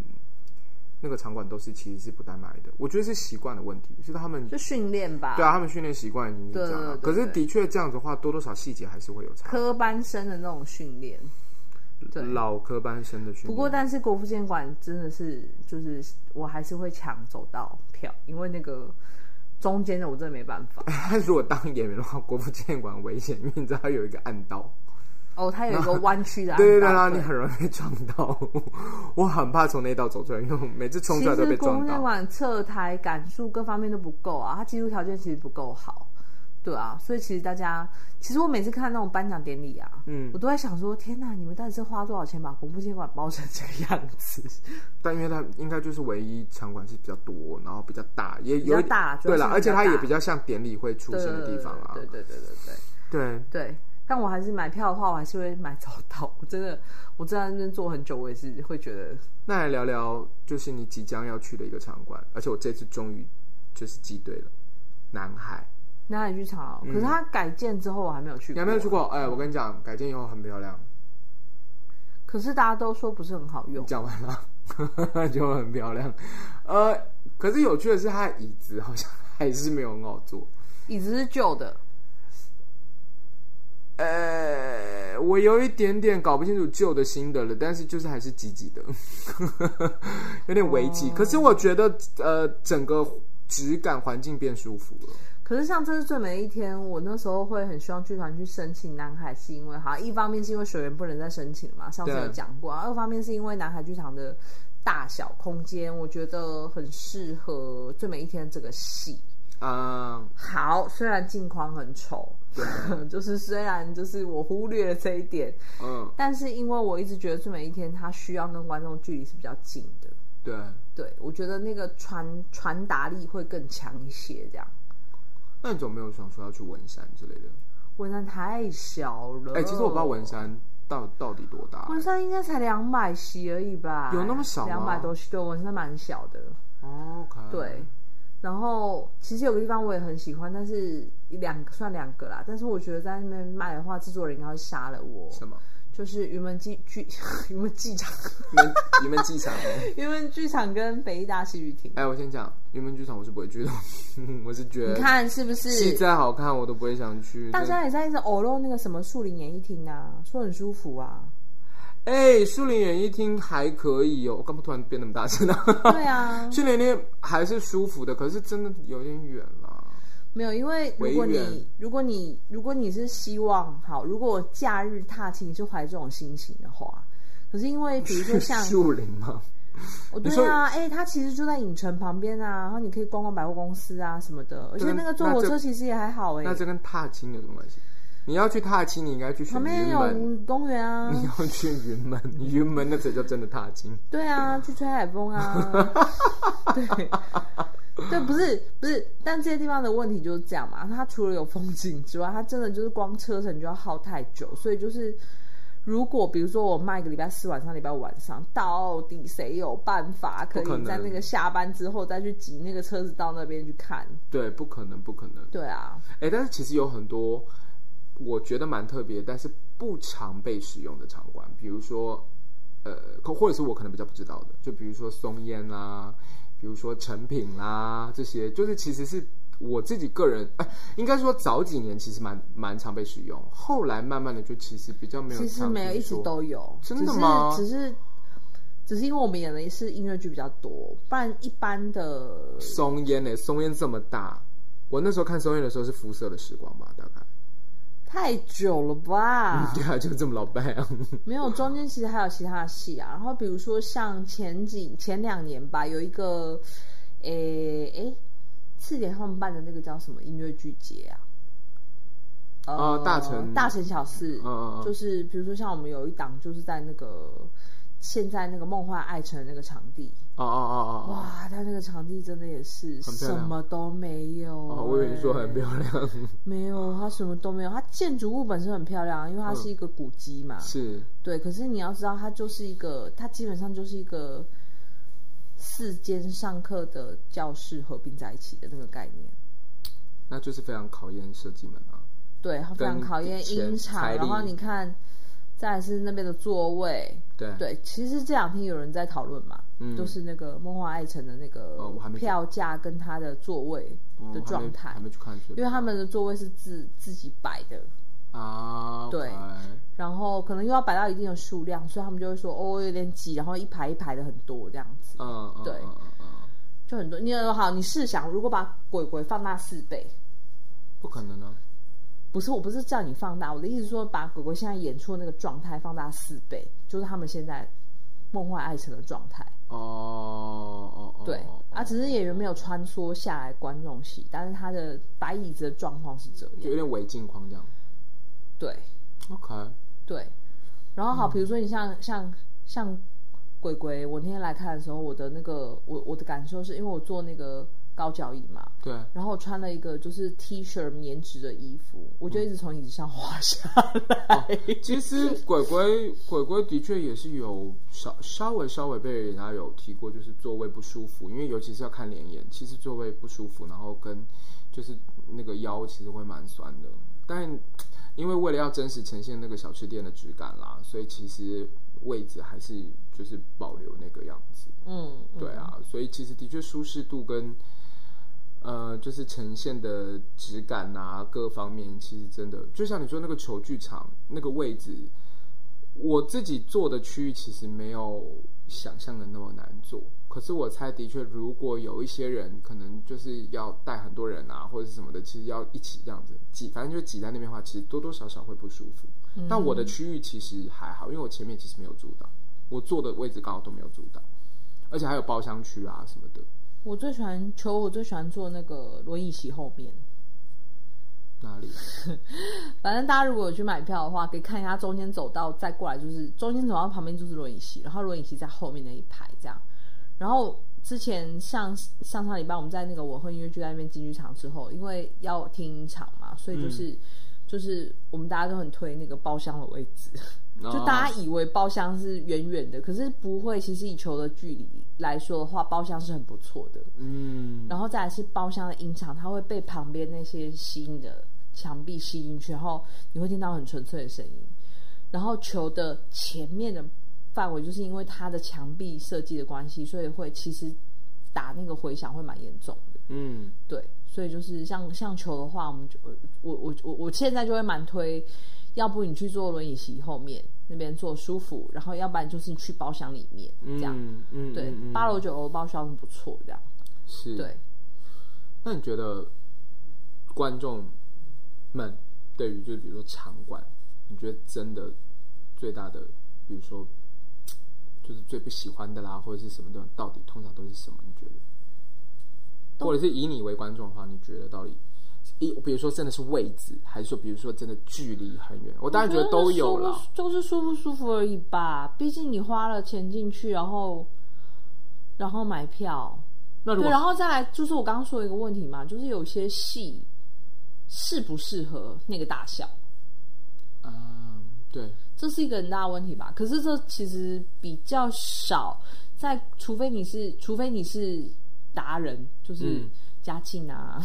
[SPEAKER 2] 那个场馆都是其实是不带买的。我觉得是习惯的问题，是他们
[SPEAKER 1] 就训练吧，
[SPEAKER 2] 对啊，他们训练习惯已经是这样了。
[SPEAKER 1] 对对对对
[SPEAKER 2] 可是的确这样子的话，多多少细节还是会有差。
[SPEAKER 1] 科班生的那种训练。对
[SPEAKER 2] 老科班生的训练，
[SPEAKER 1] 不过， 但是国父纪念馆真的是，就是我还是会抢走到票，因为那个中间的我真的没办法。
[SPEAKER 2] 他如果当演员的话，国父纪念馆很危险，因为你知道他有一个暗道。
[SPEAKER 1] 哦，它有一个弯曲的暗道，
[SPEAKER 2] 对对对啊，你很容易被撞到。 我很怕从那道走出来，因为我每次冲
[SPEAKER 1] 其
[SPEAKER 2] 出来都被
[SPEAKER 1] 实国父纪
[SPEAKER 2] 撞
[SPEAKER 1] 念
[SPEAKER 2] 到。
[SPEAKER 1] 啊啊
[SPEAKER 2] 嗯嗯
[SPEAKER 1] 我，都在想说，天哪，你们到底是花多少钱把国父纪念馆包成这个样子？
[SPEAKER 2] 但因为它应该就是唯一场馆是比较多，然后比较大，也有
[SPEAKER 1] 比较大
[SPEAKER 2] 对啦，
[SPEAKER 1] 主要是比较大
[SPEAKER 2] 而且它也比较像典礼会出
[SPEAKER 1] 对
[SPEAKER 2] 现的地方啊
[SPEAKER 1] 对。对对对对。
[SPEAKER 2] 对，
[SPEAKER 1] 对，但我还是买票的话，我还是会买早到。我真的，我真的在那边坐很久，我也是会觉得，
[SPEAKER 2] 那来聊聊就是你即将要去的一个场馆，而且我这次终于就是记对了，南海。
[SPEAKER 1] 那里剧场啊、可是它改建之后，我还没有去过。
[SPEAKER 2] 嗯你还没有去？过？哎，我跟你讲，改建以后很漂亮。
[SPEAKER 1] 可是大家都说不是很好用。
[SPEAKER 2] 讲完了， 就很漂亮。呃，可是有趣的是，它的椅子好像还是没有很好坐。
[SPEAKER 1] 椅子是旧的，
[SPEAKER 2] 呃，我有一点点搞不清楚旧的新的了，但是就是还是挤挤的， 有点危
[SPEAKER 1] 哦
[SPEAKER 2] 机。可是我觉得呃，整个质感环境变舒服了。
[SPEAKER 1] 可是像这是最美的一天，我那时候会很希望剧团去申请南海，是因为哈，一方面是因为水源不能再申请了嘛，上次
[SPEAKER 2] 对
[SPEAKER 1] 有讲过啊；二方面是因为南海剧场的大小空间，我觉得很适合最美一天这个戏。
[SPEAKER 2] 啊、
[SPEAKER 1] 好，虽然镜框很丑， 就是虽然就是我忽略了这一点，
[SPEAKER 2] 嗯，
[SPEAKER 1] 但是因为我一直觉得最美一天，它需要跟观众距离是比较近的，
[SPEAKER 2] 对，
[SPEAKER 1] 对我觉得那个传传达力会更强一些。这样，
[SPEAKER 2] 那你怎么没有想说要去文山之类的？
[SPEAKER 1] 文山太小了。
[SPEAKER 2] 哎、其实我不知道文，山到到底多大。
[SPEAKER 1] 文山应该才两百席而已吧？
[SPEAKER 2] 有那么小吗
[SPEAKER 1] 两百多席，对，文山蛮小的。
[SPEAKER 2] 哦 OK，
[SPEAKER 1] 对，然后其实有个地方我也很喜欢，但是两个算两个啦，但是我觉得在那边卖的话，制作人应该会杀了我。
[SPEAKER 2] 什么？
[SPEAKER 1] 就是云门剧 剧云门剧场，
[SPEAKER 2] 你们 你们机场？
[SPEAKER 1] 云门剧场跟北艺大戏剧厅，
[SPEAKER 2] 哎，我先讲，云门剧场我是不会去的， 我是
[SPEAKER 1] 你
[SPEAKER 2] 觉得
[SPEAKER 1] 看是不
[SPEAKER 2] 呃戏
[SPEAKER 1] 是？
[SPEAKER 2] 再好看我都不会想去。
[SPEAKER 1] 大家也在一直偶漏那个什么树林演艺厅啊，说很舒服 啊。
[SPEAKER 2] 哎，树林演艺厅还可以哦，我干嘛突然变那么大声啊？
[SPEAKER 1] 对啊，
[SPEAKER 2] 树林演艺厅还是舒服的，可是真的有点远啦。
[SPEAKER 1] 没有，因为如果
[SPEAKER 2] 维园
[SPEAKER 1] 你如果你如果你是希望好，如果我假日踏青，你是怀这种心情的话，可是因为比如说 像
[SPEAKER 2] 树林吗？
[SPEAKER 1] 哦，
[SPEAKER 2] 你
[SPEAKER 1] 对
[SPEAKER 2] 说
[SPEAKER 1] 啊，哎、它其实就在影城旁边啊，然后你可以逛逛百货公司啊什么的，而且
[SPEAKER 2] 对
[SPEAKER 1] 那个坐
[SPEAKER 2] 那
[SPEAKER 1] 火
[SPEAKER 2] 这
[SPEAKER 1] 车其实也还好哎、
[SPEAKER 2] 那这跟踏青有什么关系？你你要去踏青，你应该去选
[SPEAKER 1] 旁边
[SPEAKER 2] 云门。
[SPEAKER 1] 有公园啊，
[SPEAKER 2] 你要去云门， 云门那才叫真的踏青。
[SPEAKER 1] 对啊，去吹海风啊， 对。对，不是不是，但这些地方的问题就是这样嘛。它除了有风景之外，它真的就是光车程就要耗太久，所以就是，如果比如说我卖个礼拜四晚上、礼拜五晚上，到底谁有办法可
[SPEAKER 2] 不可
[SPEAKER 1] 以
[SPEAKER 2] 能
[SPEAKER 1] 在那个下班之后再去挤那个车子到那边去看？
[SPEAKER 2] 对，不可能，不可能。
[SPEAKER 1] 对啊，
[SPEAKER 2] 哎，但是其实有很多我觉得蛮特别，但是不常被使用的场馆，比如说呃，可或者是我可能比较不知道的，就比如说松烟啦、比如说成品啦、这些，就是其实是我自己个人，哎、应该说早几年其实蛮蛮常被使用，后来慢慢的就其实比较没有常
[SPEAKER 1] 其
[SPEAKER 2] 听
[SPEAKER 1] 实
[SPEAKER 2] 说，
[SPEAKER 1] 没有，一直都有，
[SPEAKER 2] 真的吗
[SPEAKER 1] 只是只是只是因为我们演的是音乐剧比较多，不然一般的
[SPEAKER 2] 松烟呢、松烟这么大，我那时候看松烟的时候是辐射的时光吧，大概。？
[SPEAKER 1] 太久了吧
[SPEAKER 2] 对啊，就这么老半、啊。
[SPEAKER 1] 没有，中间其实还有其他的戏啊。然后比如说像前几前两年吧，有一个，诶诶，次点他们办的那个叫什么音乐剧节啊？呃
[SPEAKER 2] 哦大城
[SPEAKER 1] 大城小事，
[SPEAKER 2] 嗯嗯嗯
[SPEAKER 1] 就是比如说像我们有一档就是在那个现在那个梦幻爱城的那个场地，
[SPEAKER 2] 哦哦哦哦哦。
[SPEAKER 1] 哇，它那个场地真的也是
[SPEAKER 2] 很
[SPEAKER 1] 什
[SPEAKER 2] 漂亮
[SPEAKER 1] 么都没有、欸
[SPEAKER 2] 哦，我以为你说很
[SPEAKER 1] 亮。
[SPEAKER 2] 漂亮，
[SPEAKER 1] 没有，它什么都没有。它建筑物本身很漂亮，因为它是一个古迹嘛。
[SPEAKER 2] 是
[SPEAKER 1] 对，可是你要知道，它就是一个，它基本上就是一个四间上课的教室合并在一起的那个概念。
[SPEAKER 2] 那就是非常考验设计们啊。
[SPEAKER 1] 对，它非常
[SPEAKER 2] 跟
[SPEAKER 1] 考验
[SPEAKER 2] 以前
[SPEAKER 1] 音场
[SPEAKER 2] 财，力
[SPEAKER 1] 然后你看，再来是那边的座位。
[SPEAKER 2] 对，
[SPEAKER 1] 对，其实这两天有人在讨论嘛，
[SPEAKER 2] 嗯
[SPEAKER 1] 就是那个梦幻爱城的那
[SPEAKER 2] 哦
[SPEAKER 1] 个
[SPEAKER 2] 我还没去
[SPEAKER 1] 票价跟它的座位
[SPEAKER 2] 嗯
[SPEAKER 1] 的
[SPEAKER 2] 我还没
[SPEAKER 1] 状态，
[SPEAKER 2] 还没去看，所以
[SPEAKER 1] 因为他们的座位是自自己摆的，
[SPEAKER 2] 啊，
[SPEAKER 1] 对
[SPEAKER 2] OK
[SPEAKER 1] 然后可能又要摆到一定的数量，所以他们就会说哦有点挤，然后一排一排的很多这样子，
[SPEAKER 2] 嗯，嗯
[SPEAKER 1] 对
[SPEAKER 2] 嗯嗯嗯
[SPEAKER 1] 就很多。你有好，你试想，如果把鬼鬼放大四倍，
[SPEAKER 2] 不可能啊，
[SPEAKER 1] 不是，我不是叫你放大，我的意思是说把鬼鬼现在演出的那个状态放大四倍，就是他们现在梦幻爱城的状态。
[SPEAKER 2] 哦哦哦，
[SPEAKER 1] 对，
[SPEAKER 2] 哦
[SPEAKER 1] 啊，只是演员没有穿梭下来观众席，但是他的摆椅子的状况是这
[SPEAKER 2] 就
[SPEAKER 1] 样。
[SPEAKER 2] 有点违禁狂这样。
[SPEAKER 1] 对
[SPEAKER 2] OK，
[SPEAKER 1] 对，然后好，
[SPEAKER 2] 嗯
[SPEAKER 1] 比如说你像像像鬼鬼，我那天来看的时候，我的那个我我的感受是因为我坐那个高脚椅嘛，
[SPEAKER 2] 对，
[SPEAKER 1] 然后我穿了一个就是 T 恤棉质的衣服，我就一直从椅子上滑下来。
[SPEAKER 2] 嗯哦其实鬼鬼鬼鬼的确也是有稍稍微稍微被人家有提过，就是座位不舒服，因为尤其是要看脸眼，其实座位不舒服，然后跟就是那个腰其实会蛮酸的。但因为为了要真实呈现那个小吃店的质感啦，所以其实位置还是就是保留那个样子。
[SPEAKER 1] 嗯，嗯
[SPEAKER 2] 对啊，所以其实的确舒适度跟呃，就是呈现的质感啊，各方面，其实真的就像你说那个球剧场那个位置，我自己坐的区域其实没有想象的那么难做。可是我猜，的确，如果有一些人可能就是要带很多人啊，或者是什么的，其实要一起这样子挤，反正就挤在那边的话，其实多多少少会不舒服。但我的区域其实还好，因为我前面其实没有住到，我坐的位置刚好都没有住到，而且还有包厢区啊什么的。
[SPEAKER 1] 我最喜欢球，我最喜欢坐那个轮椅席后面。
[SPEAKER 2] 哪里？
[SPEAKER 1] 反正大家如果有去买票的话，可以看一下中间走道，再过来就是中间走道旁边就是轮椅席，然后轮椅席在后面那一排这样。然后之前上上上礼拜我们在那个我和音乐剧在那边进剧场之后，因为要听音场嘛，所以就是、就是我们大家都很推那个包厢的位置，就大家
[SPEAKER 2] 哦
[SPEAKER 1] 以为包厢是远远的，可是不会。其实以球的距离来说的话，包厢是很不错的。
[SPEAKER 2] 嗯，
[SPEAKER 1] 然后再来是包厢的音场，它会被旁边那些吸引的墙壁吸进去，然后你会听到很纯粹的声音。然后球的前面的范围，就是因为它的墙壁设计的关系，所以会其实打那个回响会蛮严重的。
[SPEAKER 2] 嗯，
[SPEAKER 1] 对，所以就是像像球的话，我们就我我我我现在就会蛮推，要不你去坐轮椅席后面那边坐舒服，然后要不然就是去包厢里面这样。
[SPEAKER 2] 嗯嗯，
[SPEAKER 1] 对
[SPEAKER 2] 嗯，嗯嗯
[SPEAKER 1] 八楼九楼包厢不错，这样
[SPEAKER 2] 是
[SPEAKER 1] 对。。
[SPEAKER 2] 那你觉得观众们对于就是比如说场馆，你觉得真的最大的，比如说就是最不喜欢的啦，或者是什么的，到底通常都是什么？你觉得？或者是以你为观众的话，你觉得到底比比如说真的是位置，还是说比如说真的距离很远？我当然觉得都有
[SPEAKER 1] 了
[SPEAKER 2] 啦。，
[SPEAKER 1] 就是舒不舒服而已吧。毕竟你花了钱进去，然后然后买票，
[SPEAKER 2] 那如
[SPEAKER 1] 对，
[SPEAKER 2] 果
[SPEAKER 1] 然后再来就是我刚刚说的一个问题嘛，就是有些戏适不适合那个大小，
[SPEAKER 2] 嗯，对，
[SPEAKER 1] 这是一个很大的问题吧。可是这其实比较少，在除非你是除非你是达人，就是
[SPEAKER 2] 嗯
[SPEAKER 1] 嘉庆 啊、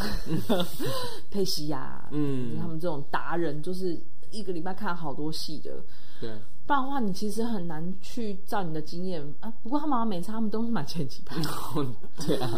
[SPEAKER 1] 佩西啊，
[SPEAKER 2] 嗯
[SPEAKER 1] 他们这种达人，就是一个礼拜看好多戏的。
[SPEAKER 2] 对，
[SPEAKER 1] 不然的话，你其实很难去照你的经验啊。不过他们好像每次他们都是买前几 排，
[SPEAKER 2] 对啊，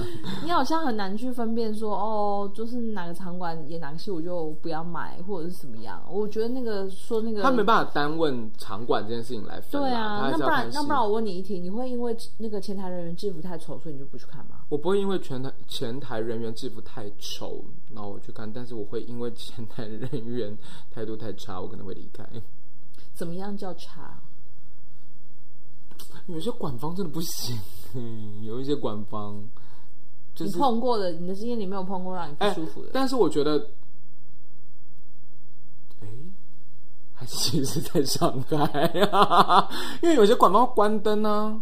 [SPEAKER 1] 你好像很难去分辨说哦，就是哪个场馆演哪个戏我就不要买，或者是怎么样。我觉得那个说那个
[SPEAKER 2] 他没办法单问场馆这件事情来分啦。
[SPEAKER 1] 对啊，
[SPEAKER 2] 他
[SPEAKER 1] 那
[SPEAKER 2] 还是
[SPEAKER 1] 不
[SPEAKER 2] 要
[SPEAKER 1] 然
[SPEAKER 2] 看
[SPEAKER 1] 那
[SPEAKER 2] 戏
[SPEAKER 1] 不然我问你一题，你会因为那个前台人员制服太丑，所以你就不去看吗？
[SPEAKER 2] 我不会因为前台前台人员制服太丑，然后我去看，但是我会因为前台人员态度太差，我可能会离开。
[SPEAKER 1] 怎么样叫差？
[SPEAKER 2] 有些管方真的不行，嗯，有一些管方就是
[SPEAKER 1] 你碰过的，你的经验里没有碰过让你不
[SPEAKER 2] 哎
[SPEAKER 1] 舒服的，
[SPEAKER 2] 但是我觉得，哎、还是其实是在上海啊， 因为有些管方会关灯啊，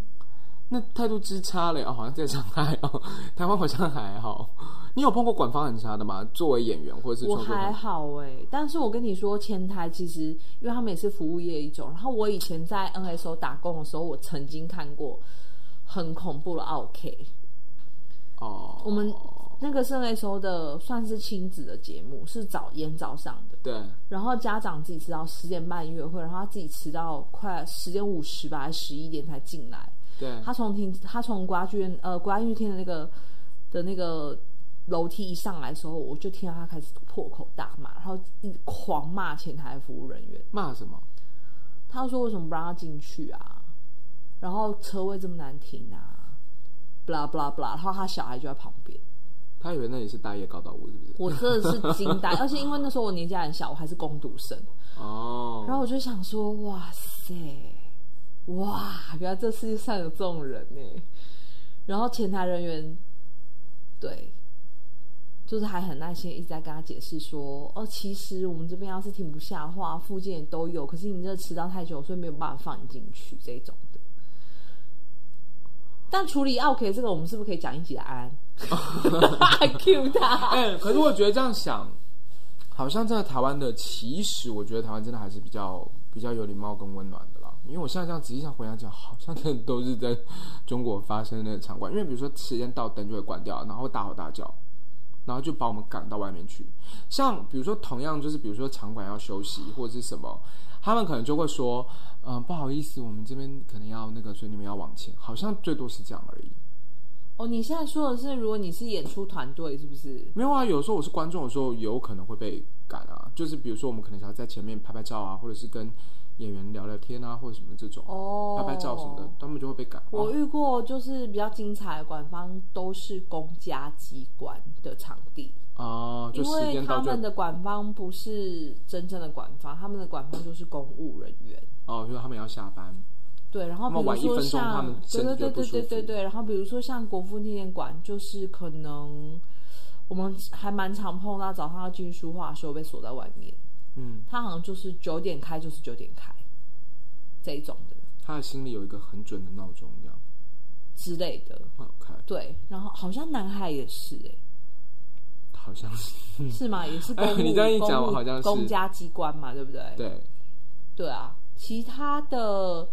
[SPEAKER 2] 那态度之差嘞哦，好像在上海哦， 台湾好像还好。你有碰过管方很差的吗？作为演员或者是
[SPEAKER 1] 我
[SPEAKER 2] 创作
[SPEAKER 1] 还
[SPEAKER 2] 者，
[SPEAKER 1] 好哎、但是我跟你说，前台其实因为他们也是服务业一种，然后我以前在 NSO 打工的时候，我曾经看过很恐怖的 OK，
[SPEAKER 2] 哦，
[SPEAKER 1] 我们那个是 NSO 的算是亲子的节目，是早演早上的。
[SPEAKER 2] 对，
[SPEAKER 1] 然后家长自己迟到十点半约会，然后他自己迟到快十点五十吧，还十一点才进来。
[SPEAKER 2] 对，
[SPEAKER 1] 他从庭，他从国家剧院呃国家音乐厅的那个的那个楼梯一上来的时候，我就听到他开始破口大骂，然后一直狂骂前台服务人员。
[SPEAKER 2] 骂什么？
[SPEAKER 1] 他就说为什么不让他进去啊？然后车位这么难停啊，blah blah blah。然后他小孩就在旁边，
[SPEAKER 2] 他以为那里是大夜高岛屋，是不是？
[SPEAKER 1] 我真的是惊 呆，而且因为那时候我年纪还很小，我还是攻读生。
[SPEAKER 2] 哦，
[SPEAKER 1] 然后我就想说，哇塞，哇，原来这世界上有这种人呢。然后前台人员，对，就是还很耐心地一直在跟他解释说，哦，其实我们这边要是停不下的话，附近也都有，可是你这迟到太久，所以没有办法放你进去这种的。但处理 OK 这个，我们是不是可以讲一集来 安安？Q 他，
[SPEAKER 2] 哎、可是我觉得这样想，好像在台湾的，其实我觉得台湾真的还是比较比较有礼貌跟温暖的啦。因为我现在这样仔细想回想讲，好像真的都是在中国发生的场馆，因为比如说时间到灯就会关掉，然后大吼大叫，然后就把我们赶到外面去。像比如说同样就是比如说场馆要休息或者是什么，他们可能就会说，嗯、不好意思，我们这边可能要那个，所以你们要往前，好像最多是这样而已。
[SPEAKER 1] 哦，你现在说的是，如果你是演出团队，是不是？
[SPEAKER 2] 没有啊，有时候我是观众的时候，有可能会被赶啊。就是比如说，我们可能想要在前面拍拍照啊，或者是跟演员聊聊天啊，或者什么这种，
[SPEAKER 1] 哦，
[SPEAKER 2] 拍拍照什么的，他们就会被赶。
[SPEAKER 1] 我遇过就是比较精彩的馆方都是公家机关的场地，
[SPEAKER 2] 哦，就
[SPEAKER 1] 因
[SPEAKER 2] 时
[SPEAKER 1] 为
[SPEAKER 2] 间
[SPEAKER 1] 他
[SPEAKER 2] 到就
[SPEAKER 1] 们的馆方不是真正的馆方，他们的馆方就是公务人员。
[SPEAKER 2] 哦，就是他们也要下班。
[SPEAKER 1] 对，然后比
[SPEAKER 2] 他们晚
[SPEAKER 1] 如
[SPEAKER 2] 一
[SPEAKER 1] 说
[SPEAKER 2] 分钟他
[SPEAKER 1] 像
[SPEAKER 2] 们
[SPEAKER 1] 对
[SPEAKER 2] 身体
[SPEAKER 1] 对对
[SPEAKER 2] 就不
[SPEAKER 1] 对
[SPEAKER 2] 舒
[SPEAKER 1] 对对
[SPEAKER 2] 服
[SPEAKER 1] 对，然后比如说像国父纪念馆，就是可能我们还蛮常碰到早上要进去书画的时候被锁在外面，
[SPEAKER 2] 嗯，
[SPEAKER 1] 他好像就是九点开就是九点开这一种的
[SPEAKER 2] 他的心里有一个很准的闹钟，这样。
[SPEAKER 1] 之类的。
[SPEAKER 2] OK，
[SPEAKER 1] 对，然后好像南海也是哎、
[SPEAKER 2] 好像是
[SPEAKER 1] 是吗？也是公务、
[SPEAKER 2] 你这样一讲
[SPEAKER 1] 公务
[SPEAKER 2] 我好像是
[SPEAKER 1] 公家机关嘛，对不对？
[SPEAKER 2] 对。
[SPEAKER 1] 对啊，其他的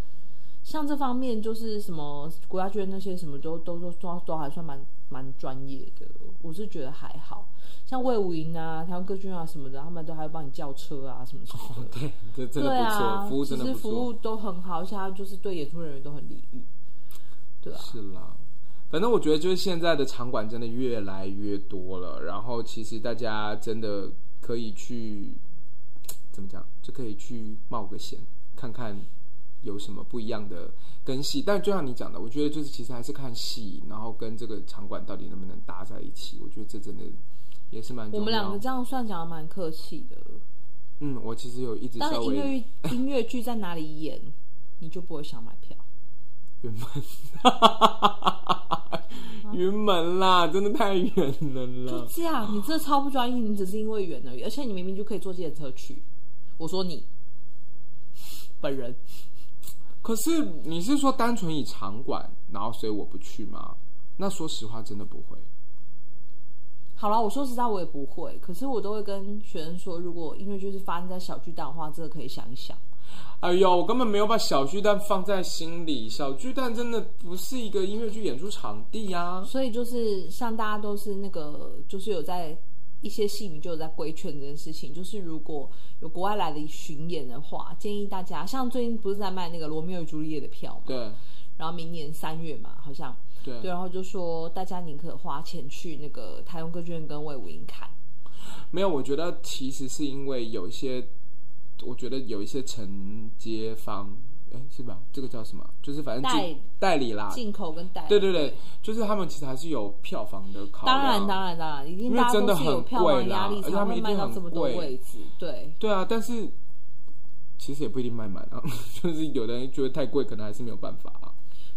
[SPEAKER 1] 像这方面就是什么国家捐那些什么都都都都都还算蛮蛮专业的，我是觉得还好。像魏武营啊、台湾歌剧院啊什么的，他们都还会帮你叫车啊什么什么的。
[SPEAKER 2] 这真的
[SPEAKER 1] 对
[SPEAKER 2] 不错，
[SPEAKER 1] 啊，
[SPEAKER 2] 服务真的
[SPEAKER 1] 其
[SPEAKER 2] 不
[SPEAKER 1] 实
[SPEAKER 2] 错，
[SPEAKER 1] 服务都很好，而且他就是对演出人员都很礼遇。 对啊，
[SPEAKER 2] 是啦，反正我觉得就是现在的场馆真的越来越多了，然后其实大家真的可以去怎么讲，就可以去冒个险，看看有什么不一样的跟戏。但就像你讲的，我觉得就是其实还是看戏，然后跟这个场馆到底能不能搭在一起，我觉得这真的也是蛮重要。
[SPEAKER 1] 我们两个这样算讲的蛮客气的。
[SPEAKER 2] 嗯，我其实有一直
[SPEAKER 1] 但
[SPEAKER 2] 稍
[SPEAKER 1] 是音
[SPEAKER 2] 微
[SPEAKER 1] 乐音乐剧在哪里演，你就不会想买票。
[SPEAKER 2] 原本
[SPEAKER 1] 啊
[SPEAKER 2] 云门啦，真的太远了
[SPEAKER 1] 就
[SPEAKER 2] 啦。
[SPEAKER 1] 这样，你真的超不专业，你只是因为远而已，而且你明明就可以坐计程车去。我说你本人，
[SPEAKER 2] 可是你是说单纯以场馆，然后所以我不去吗？那说实话，真的不会。
[SPEAKER 1] 好了，我说实在我也不会，可是我都会跟学生说，如果音乐剧是发生在小巨蛋的话，这个可以想一想。
[SPEAKER 2] 哎呦，我根本没有把小巨蛋放在心里。小巨蛋真的不是一个音乐剧演出场地啊呀、
[SPEAKER 1] 所以就是像大家都是那个，就是有在一些戏迷就有在规劝这件事情，就是如果有国外来的巡演的话，建议大家像最近不是在卖那个《罗密欧与朱丽叶》的票嘛，
[SPEAKER 2] 对
[SPEAKER 1] 然后明年三月嘛，好像
[SPEAKER 2] 对
[SPEAKER 1] 对，然后就说大家宁可花钱去那个台中歌剧院跟魏武营看，
[SPEAKER 2] 没有，我觉得其实是因为有一些，我觉得有一些承接方，哎，是吧？这个叫什么？就是反正
[SPEAKER 1] 代
[SPEAKER 2] 代代理啦。
[SPEAKER 1] 进口跟带
[SPEAKER 2] 啊对对对，就是他们其实还是有票房的考量。啊
[SPEAKER 1] 当然，当然，当然，一定
[SPEAKER 2] 因为
[SPEAKER 1] 大家
[SPEAKER 2] 真的
[SPEAKER 1] 都是有
[SPEAKER 2] 很
[SPEAKER 1] 票
[SPEAKER 2] 贵
[SPEAKER 1] 房
[SPEAKER 2] 啦
[SPEAKER 1] 压力
[SPEAKER 2] 而且
[SPEAKER 1] 才
[SPEAKER 2] 他们
[SPEAKER 1] 会
[SPEAKER 2] 一
[SPEAKER 1] 卖
[SPEAKER 2] 定
[SPEAKER 1] 到
[SPEAKER 2] 很
[SPEAKER 1] 这么多
[SPEAKER 2] 贵
[SPEAKER 1] 位置，对。
[SPEAKER 2] 对啊，但是其实也不一定卖满啊， 就是有的人觉得太贵，可能还是没有办法啊。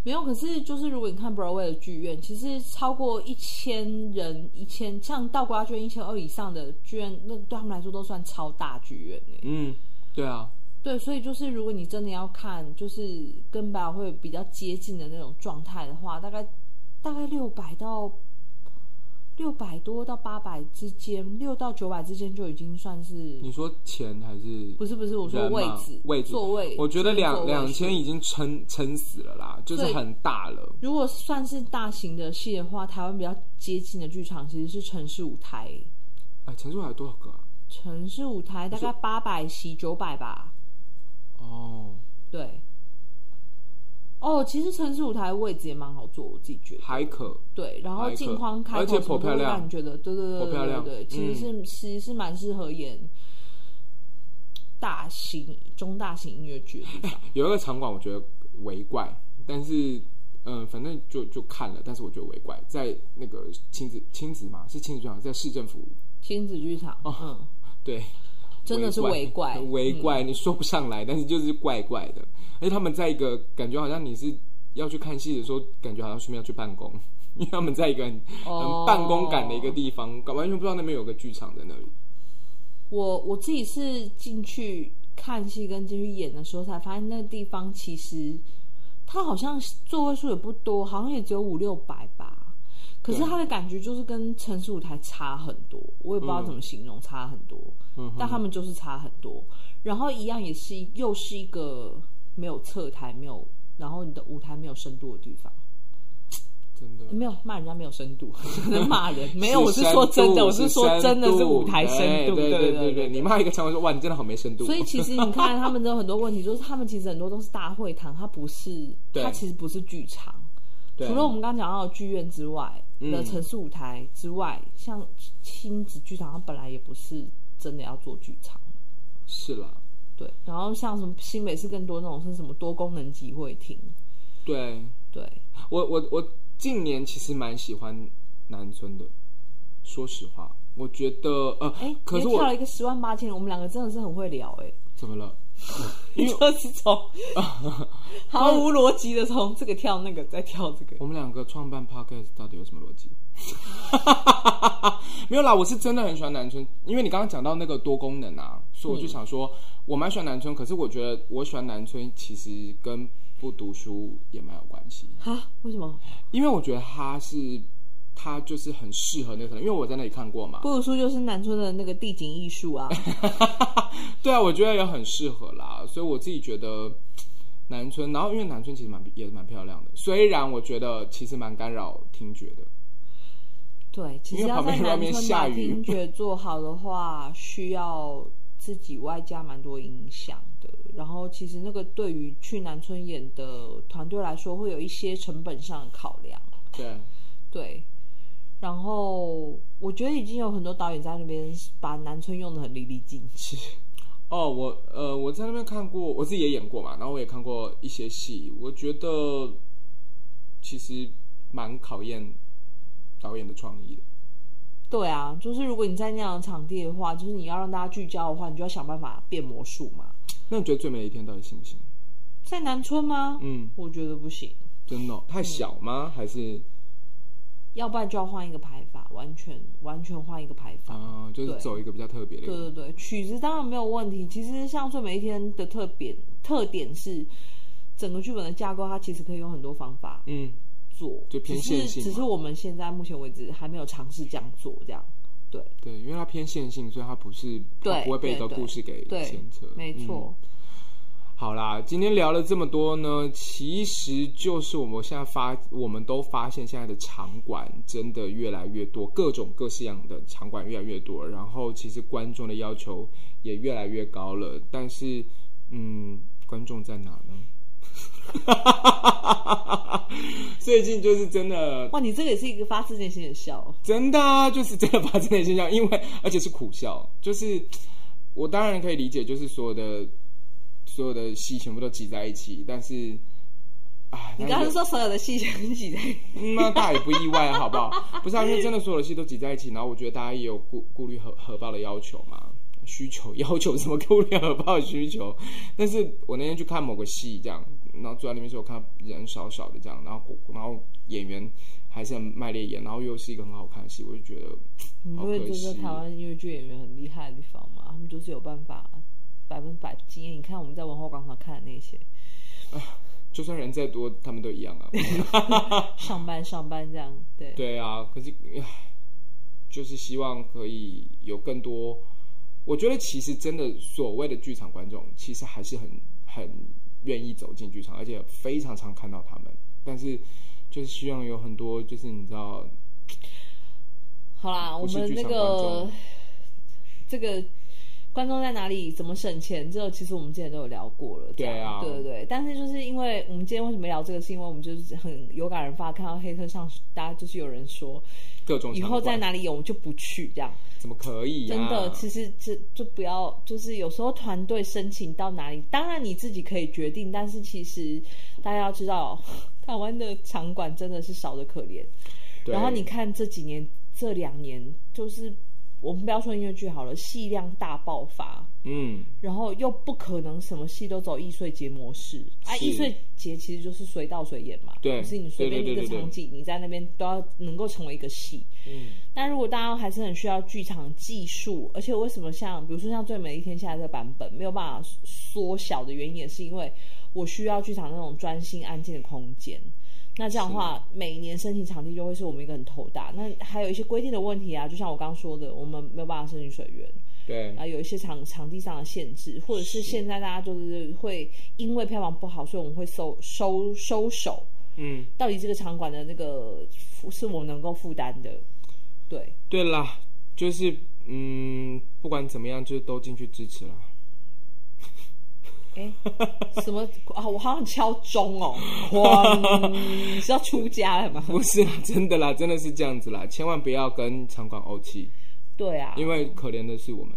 [SPEAKER 1] 没有，可是就是如果你看 Broadway 的剧院，其实超过一千人、一千像道瓜剧院一千二以上的剧院，那对他们来说都算超大剧院欸
[SPEAKER 2] 嗯，对啊，
[SPEAKER 1] 对，所以就是如果你真的要看，就是跟百老汇比较接近的那种状态的话，大概大概六百到六百多到八百之间，六到九百之间就已经算是
[SPEAKER 2] 你说钱还是
[SPEAKER 1] 不是不是我说
[SPEAKER 2] 人
[SPEAKER 1] 位
[SPEAKER 2] 嘛
[SPEAKER 1] 置
[SPEAKER 2] 位置
[SPEAKER 1] 座位，
[SPEAKER 2] 我觉得
[SPEAKER 1] 就是座
[SPEAKER 2] 两
[SPEAKER 1] 位
[SPEAKER 2] 两
[SPEAKER 1] 数
[SPEAKER 2] 千已经撑撑死了啦，就是
[SPEAKER 1] 对
[SPEAKER 2] 很大了。
[SPEAKER 1] 如果算是大型的戏的话，台湾比较接近的剧场其实是城市舞台，
[SPEAKER 2] 哎，陈述还有多少个啊？
[SPEAKER 1] 城市舞台大概八百席九百吧，
[SPEAKER 2] 哦，
[SPEAKER 1] 对。哦，其实城市舞台位置也蛮好坐，我自己觉得。
[SPEAKER 2] 还可。
[SPEAKER 1] 对，然后
[SPEAKER 2] 哪一个
[SPEAKER 1] 镜框开
[SPEAKER 2] 而
[SPEAKER 1] 口
[SPEAKER 2] 且
[SPEAKER 1] 什么
[SPEAKER 2] 颇
[SPEAKER 1] 都
[SPEAKER 2] 漂
[SPEAKER 1] 会
[SPEAKER 2] 亮
[SPEAKER 1] 让你觉得，对对对
[SPEAKER 2] 颇
[SPEAKER 1] 对
[SPEAKER 2] 漂
[SPEAKER 1] 对
[SPEAKER 2] 亮
[SPEAKER 1] 对，其实是、其实是蛮适合演大型、中大型音乐剧的地方。
[SPEAKER 2] 有一个场馆我觉得为怪，但是嗯、呃反正就就看了，但是我觉得为怪，在那个亲子亲子嘛，是亲子剧场，在市政府
[SPEAKER 1] 亲子剧场，嗯，
[SPEAKER 2] 对，
[SPEAKER 1] 真的是
[SPEAKER 2] 围
[SPEAKER 1] 围怪嗯
[SPEAKER 2] 围怪，你说不上来，但是就是怪怪的，而且他们在一个感觉好像你是要去看戏的时候，感觉好像顺便要去办公。因为他们在一个很
[SPEAKER 1] 哦
[SPEAKER 2] 很办公感的一个地方，搞完全不知道那边有个剧场在那里。
[SPEAKER 1] 我我自己是进去看戏跟进去演的时候，才发现那个地方其实它好像座位数也不多，好像也只有五六百吧。可是
[SPEAKER 2] 对
[SPEAKER 1] 它的感觉就是跟城市舞台差很多，我也不知道怎么形容，差很多。
[SPEAKER 2] 嗯哼
[SPEAKER 1] 但他们就是差很多，然后一样也是又是一个没有侧台，没有，然后你的舞台没有深度的地方。
[SPEAKER 2] 嗯
[SPEAKER 1] 呃
[SPEAKER 2] 真的，
[SPEAKER 1] 没有骂人家没有深度， 只能骂 人。没有，我是说
[SPEAKER 2] 深
[SPEAKER 1] 真的，
[SPEAKER 2] 度
[SPEAKER 1] 我是说真的
[SPEAKER 2] 深
[SPEAKER 1] 是
[SPEAKER 2] 度哎
[SPEAKER 1] 舞台深度，
[SPEAKER 2] 对
[SPEAKER 1] 对
[SPEAKER 2] 对对
[SPEAKER 1] 对。
[SPEAKER 2] 你骂一个场馆说哇，你真的好没深度。
[SPEAKER 1] 所以其实你看，他们都有很多问题，就是他们其实很多都是大会堂，它不是，
[SPEAKER 2] 对
[SPEAKER 1] 它其实不是剧场。
[SPEAKER 2] 对
[SPEAKER 1] 除了我们刚刚讲到的剧院之外，
[SPEAKER 2] 嗯
[SPEAKER 1] 的城市舞台之外，像亲子剧场，它本来也不是真的要做剧场。
[SPEAKER 2] 是啦，
[SPEAKER 1] 对，然后像什么新北市更多那种是什么多功能集会厅，
[SPEAKER 2] 对
[SPEAKER 1] 对，
[SPEAKER 2] 我我我近年其实蛮喜欢南村的，说实话，我觉得呃，
[SPEAKER 1] 哎，
[SPEAKER 2] 可是
[SPEAKER 1] 你又
[SPEAKER 2] 我
[SPEAKER 1] 跳了一个十万八千，我们两个真的是很会聊哎、
[SPEAKER 2] 怎么了？
[SPEAKER 1] 就是 从毫无逻辑的从这个跳那个再跳这个，
[SPEAKER 2] 我们两个创办 podcast 到底有什么逻辑？ 没有啦，我是真的很喜欢南村，因为你刚刚讲到那个多功能啊，所以我就想说，我蛮喜欢南村，可是我觉得我喜欢南村其实跟不读书也蛮有关系，
[SPEAKER 1] 啊？为什么？
[SPEAKER 2] 因为我觉得它是它就是很适合那个可能，因为我在那里看过嘛，
[SPEAKER 1] 不如说就是南村的那个地景艺术 啊，
[SPEAKER 2] 对啊，我觉得也很适合啦，所以我自己觉得南村，然后因为南村其实蛮也蛮漂亮的，虽然我觉得其实蛮干扰听觉的，
[SPEAKER 1] 对，其实
[SPEAKER 2] 因为
[SPEAKER 1] 要
[SPEAKER 2] 旁
[SPEAKER 1] 在
[SPEAKER 2] 边外
[SPEAKER 1] 南
[SPEAKER 2] 面
[SPEAKER 1] 村
[SPEAKER 2] 下
[SPEAKER 1] 把
[SPEAKER 2] 雨
[SPEAKER 1] 听觉做好的话，需要自己外加蛮多影响的。然后其实那个对于去南村演的团队来说，会有一些成本上的考量。
[SPEAKER 2] 对，
[SPEAKER 1] 对，然后我觉得已经有很多导演在那边把南村用的很淋漓尽致。
[SPEAKER 2] 哦，我呃我在那边看过，我自己也演过嘛，然后我也看过一些戏，我觉得其实蛮考验导演的创意的，
[SPEAKER 1] 对啊，就是如果你在那样的场地的话，就是你要让大家聚焦的话，你就要想办法变魔术嘛。
[SPEAKER 2] 那你觉得最美的一天到底行不行？
[SPEAKER 1] 在南村吗？
[SPEAKER 2] 嗯，
[SPEAKER 1] 我觉得不行。
[SPEAKER 2] 真的哦、太小吗？还是
[SPEAKER 1] 要不然就要换一个排法，完全完全换一个排法。
[SPEAKER 2] 啊、就
[SPEAKER 1] 嗯
[SPEAKER 2] 是
[SPEAKER 1] 对
[SPEAKER 2] 走一个比较特别的
[SPEAKER 1] 对对对，曲子当然没有问题。其实像最美一天的特点特点是，整个剧本的架构它其实可以用很多方法
[SPEAKER 2] 嗯，
[SPEAKER 1] 做，
[SPEAKER 2] 就偏
[SPEAKER 1] 只
[SPEAKER 2] 线
[SPEAKER 1] 是
[SPEAKER 2] 性
[SPEAKER 1] 只是
[SPEAKER 2] 嘛
[SPEAKER 1] 我们现在目前为止还没有尝试这样做，这样对
[SPEAKER 2] 对，因为它偏线性，所以它不是它
[SPEAKER 1] 对
[SPEAKER 2] 不会被一个
[SPEAKER 1] 对对
[SPEAKER 2] 故事给
[SPEAKER 1] 对
[SPEAKER 2] 牵扯，，嗯
[SPEAKER 1] 没错。
[SPEAKER 2] 好啦，今天聊了这么多呢，其实就是我们现在发，我们都发现现在的场馆真的越来越多，各种各式样的场馆越来越多，然后其实观众的要求也越来越高了，但是，嗯，观众在哪呢？ 最近就是真的，
[SPEAKER 1] 哇，你这个也是一个发自内心的笑哦。
[SPEAKER 2] 真的啊，就是真的发自内心笑，因为而且是苦笑，就是我当然可以理解，就是所有的所有的戏全部都挤在一起，但是啊，
[SPEAKER 1] 你
[SPEAKER 2] 那
[SPEAKER 1] 刚
[SPEAKER 2] 有
[SPEAKER 1] 刚说所有的戏全挤在，
[SPEAKER 2] 嗯那大家也不意外，好不好？不是、啊，因为真的所有的戏都挤在一起，然后我觉得大家也有顾顾虑核核报的要求嘛，需求 要求什么顾虑核报的需求。但是我那天去看某个戏，这样，然后坐在那边的时候，看到人少少的这样，然后然后演员还是很卖力演，然后又是一个很好看的戏，我就觉得
[SPEAKER 1] 你
[SPEAKER 2] 好
[SPEAKER 1] 不会
[SPEAKER 2] 可
[SPEAKER 1] 觉
[SPEAKER 2] 惜
[SPEAKER 1] 得。台湾音乐剧演员很厉害的地方吗？他们就是有办法百分百经验。你看我们在文化广场看的那些，
[SPEAKER 2] 就算人再多，他们都一样 啊。
[SPEAKER 1] 上班上班这样，对，
[SPEAKER 2] 对啊，可是唉就是希望可以有更多。我觉得其实真的所谓的剧场观众，其实还是很很愿意走进剧场，而且非常常看到他们。但是就是希望有很多，就是你知道，
[SPEAKER 1] 好啦，我
[SPEAKER 2] 不是
[SPEAKER 1] 们
[SPEAKER 2] 剧
[SPEAKER 1] 那
[SPEAKER 2] 场
[SPEAKER 1] 个
[SPEAKER 2] 观众
[SPEAKER 1] 这个观众在哪里，怎么省钱，这个其实我们之前都有聊过了。这样
[SPEAKER 2] 对啊
[SPEAKER 1] 对对对。但是就是因为我们今天为什么聊这个，是因为我们就是很有感而发，看到黑特上大家就是有人说，
[SPEAKER 2] 各种
[SPEAKER 1] 以
[SPEAKER 2] 场
[SPEAKER 1] 后在
[SPEAKER 2] 馆
[SPEAKER 1] 哪里有我们就不去这样。
[SPEAKER 2] 怎么可以、啊？
[SPEAKER 1] 真的，其实这就不要，就是有时候团队申请到哪里，当然你自己可以决定，但是其实大家要知道，台湾的场馆真的是少的可怜。
[SPEAKER 2] 对
[SPEAKER 1] 然后你看这几年、这两年，就是我们不要说音乐剧好了，戏量大爆发，
[SPEAKER 2] 嗯，
[SPEAKER 1] 然后又不可能什么戏都走易碎节模式啊！
[SPEAKER 2] 是
[SPEAKER 1] 易碎节其实就是随到随演嘛，
[SPEAKER 2] 对
[SPEAKER 1] 就是你随便
[SPEAKER 2] 对
[SPEAKER 1] 一
[SPEAKER 2] 对对
[SPEAKER 1] 个
[SPEAKER 2] 对对
[SPEAKER 1] 场景，你在那边都要能够成为一个戏。
[SPEAKER 2] 嗯，
[SPEAKER 1] 那如果大家还是很需要剧场技术，而且为什么像比如说像《最美一天》现在这个版本没有办法缩小的原因，也是因为我需要剧场那种专心安静的空间。那这样的话，每年申请场地就会是我们一个很头大。那还有一些规定的问题啊，就像我刚刚说的，我们没有办法申请水源，
[SPEAKER 2] 对
[SPEAKER 1] 啊，有一些场场地上的限制，或者是现在大家就是会因为票房不好，所以我们会收收收手。
[SPEAKER 2] 嗯。
[SPEAKER 1] 到底这个场馆的那个负是我们能够负担的？对，
[SPEAKER 2] 对啦，就是嗯，不管怎么样，就是都进去支持啦。
[SPEAKER 1] 哎，什么啊？我好想敲钟哦！哇，你是要出家了吗？
[SPEAKER 2] 不是啦，真的啦，真的是这样子啦，千万不要跟场馆怄气，
[SPEAKER 1] 对啊，
[SPEAKER 2] 因为可怜的是我们，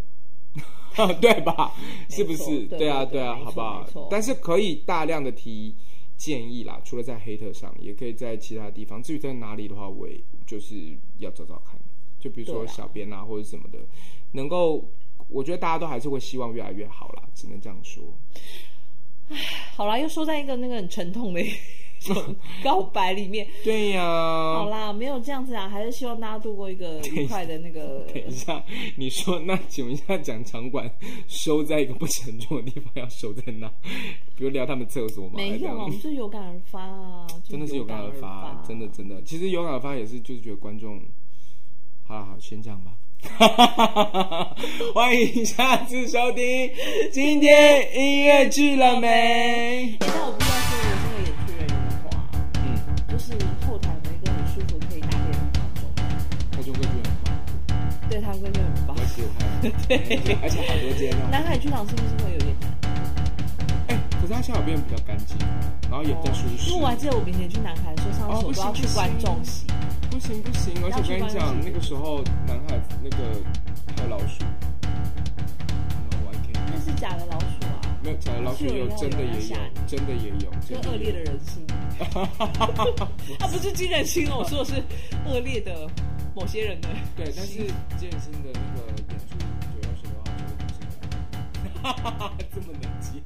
[SPEAKER 2] 对吧？是不是？
[SPEAKER 1] 对对
[SPEAKER 2] 啊，
[SPEAKER 1] 对
[SPEAKER 2] 对啊，
[SPEAKER 1] 没错
[SPEAKER 2] 好不好
[SPEAKER 1] 没错？
[SPEAKER 2] 但是可以大量的提建议啦，除了在黑特上，也可以在其他地方。至于在哪里的话，我也就是要找找看，就比如说
[SPEAKER 1] 对啊
[SPEAKER 2] 小编啊，或者什么的，能够，我觉得大家都还是会希望越来越好啦，只能这样说。
[SPEAKER 1] 好啦，又说在一个那个很沉痛的一种告白里面。
[SPEAKER 2] 对呀、
[SPEAKER 1] 好啦，没有这样子啊，还是希望大家度过一个愉快的那 个。
[SPEAKER 2] 等一下，你说那请问一下，讲场馆收在一个不沉重的地方要收在哪？ 比如聊他们厕所嘛？
[SPEAKER 1] 没
[SPEAKER 2] 还是这
[SPEAKER 1] 有啊，
[SPEAKER 2] 样
[SPEAKER 1] 我们就有感而发啊，就
[SPEAKER 2] 真的是有
[SPEAKER 1] 有
[SPEAKER 2] 感而发，真的真的。其实有感而发也是，就是觉得观众，好了好，先这样吧。 欢迎下次收听今天音乐剧了没？
[SPEAKER 1] 诶但我不知道说，我身为演出人员的话，
[SPEAKER 2] 嗯，
[SPEAKER 1] 就是后台有没有一个很舒服可以打给人的观众，
[SPEAKER 2] 台中歌剧院很棒，
[SPEAKER 1] 对他们就很棒
[SPEAKER 2] 我。喜欢，
[SPEAKER 1] 对
[SPEAKER 2] 而且好多间哦。
[SPEAKER 1] 南海剧场是不是会有点难？
[SPEAKER 2] 哎，可是它小便比较干净，然后也比较舒
[SPEAKER 1] 哦
[SPEAKER 2] 适。
[SPEAKER 1] 因为我还记得我以前去南海的时候，上
[SPEAKER 2] 哦
[SPEAKER 1] 厕
[SPEAKER 2] 不
[SPEAKER 1] 所都要
[SPEAKER 2] 行
[SPEAKER 1] 去
[SPEAKER 2] 不
[SPEAKER 1] 观
[SPEAKER 2] 行
[SPEAKER 1] 众席。
[SPEAKER 2] 不行不行，而且我跟你讲，那个时候南海那个还有老鼠，没有玩 K，
[SPEAKER 1] 那是假的老鼠啊，
[SPEAKER 2] 没有，假的老鼠也有，真的也有，真的也有，
[SPEAKER 1] 是
[SPEAKER 2] 真
[SPEAKER 1] 恶
[SPEAKER 2] 的
[SPEAKER 1] 劣的
[SPEAKER 2] 也有。
[SPEAKER 1] 人性。啊，不是金人心哦，我说的是恶劣的某些人的。
[SPEAKER 2] 对，但是健身的那个演出九月十六号就是不是，哈哈哈，这么能接。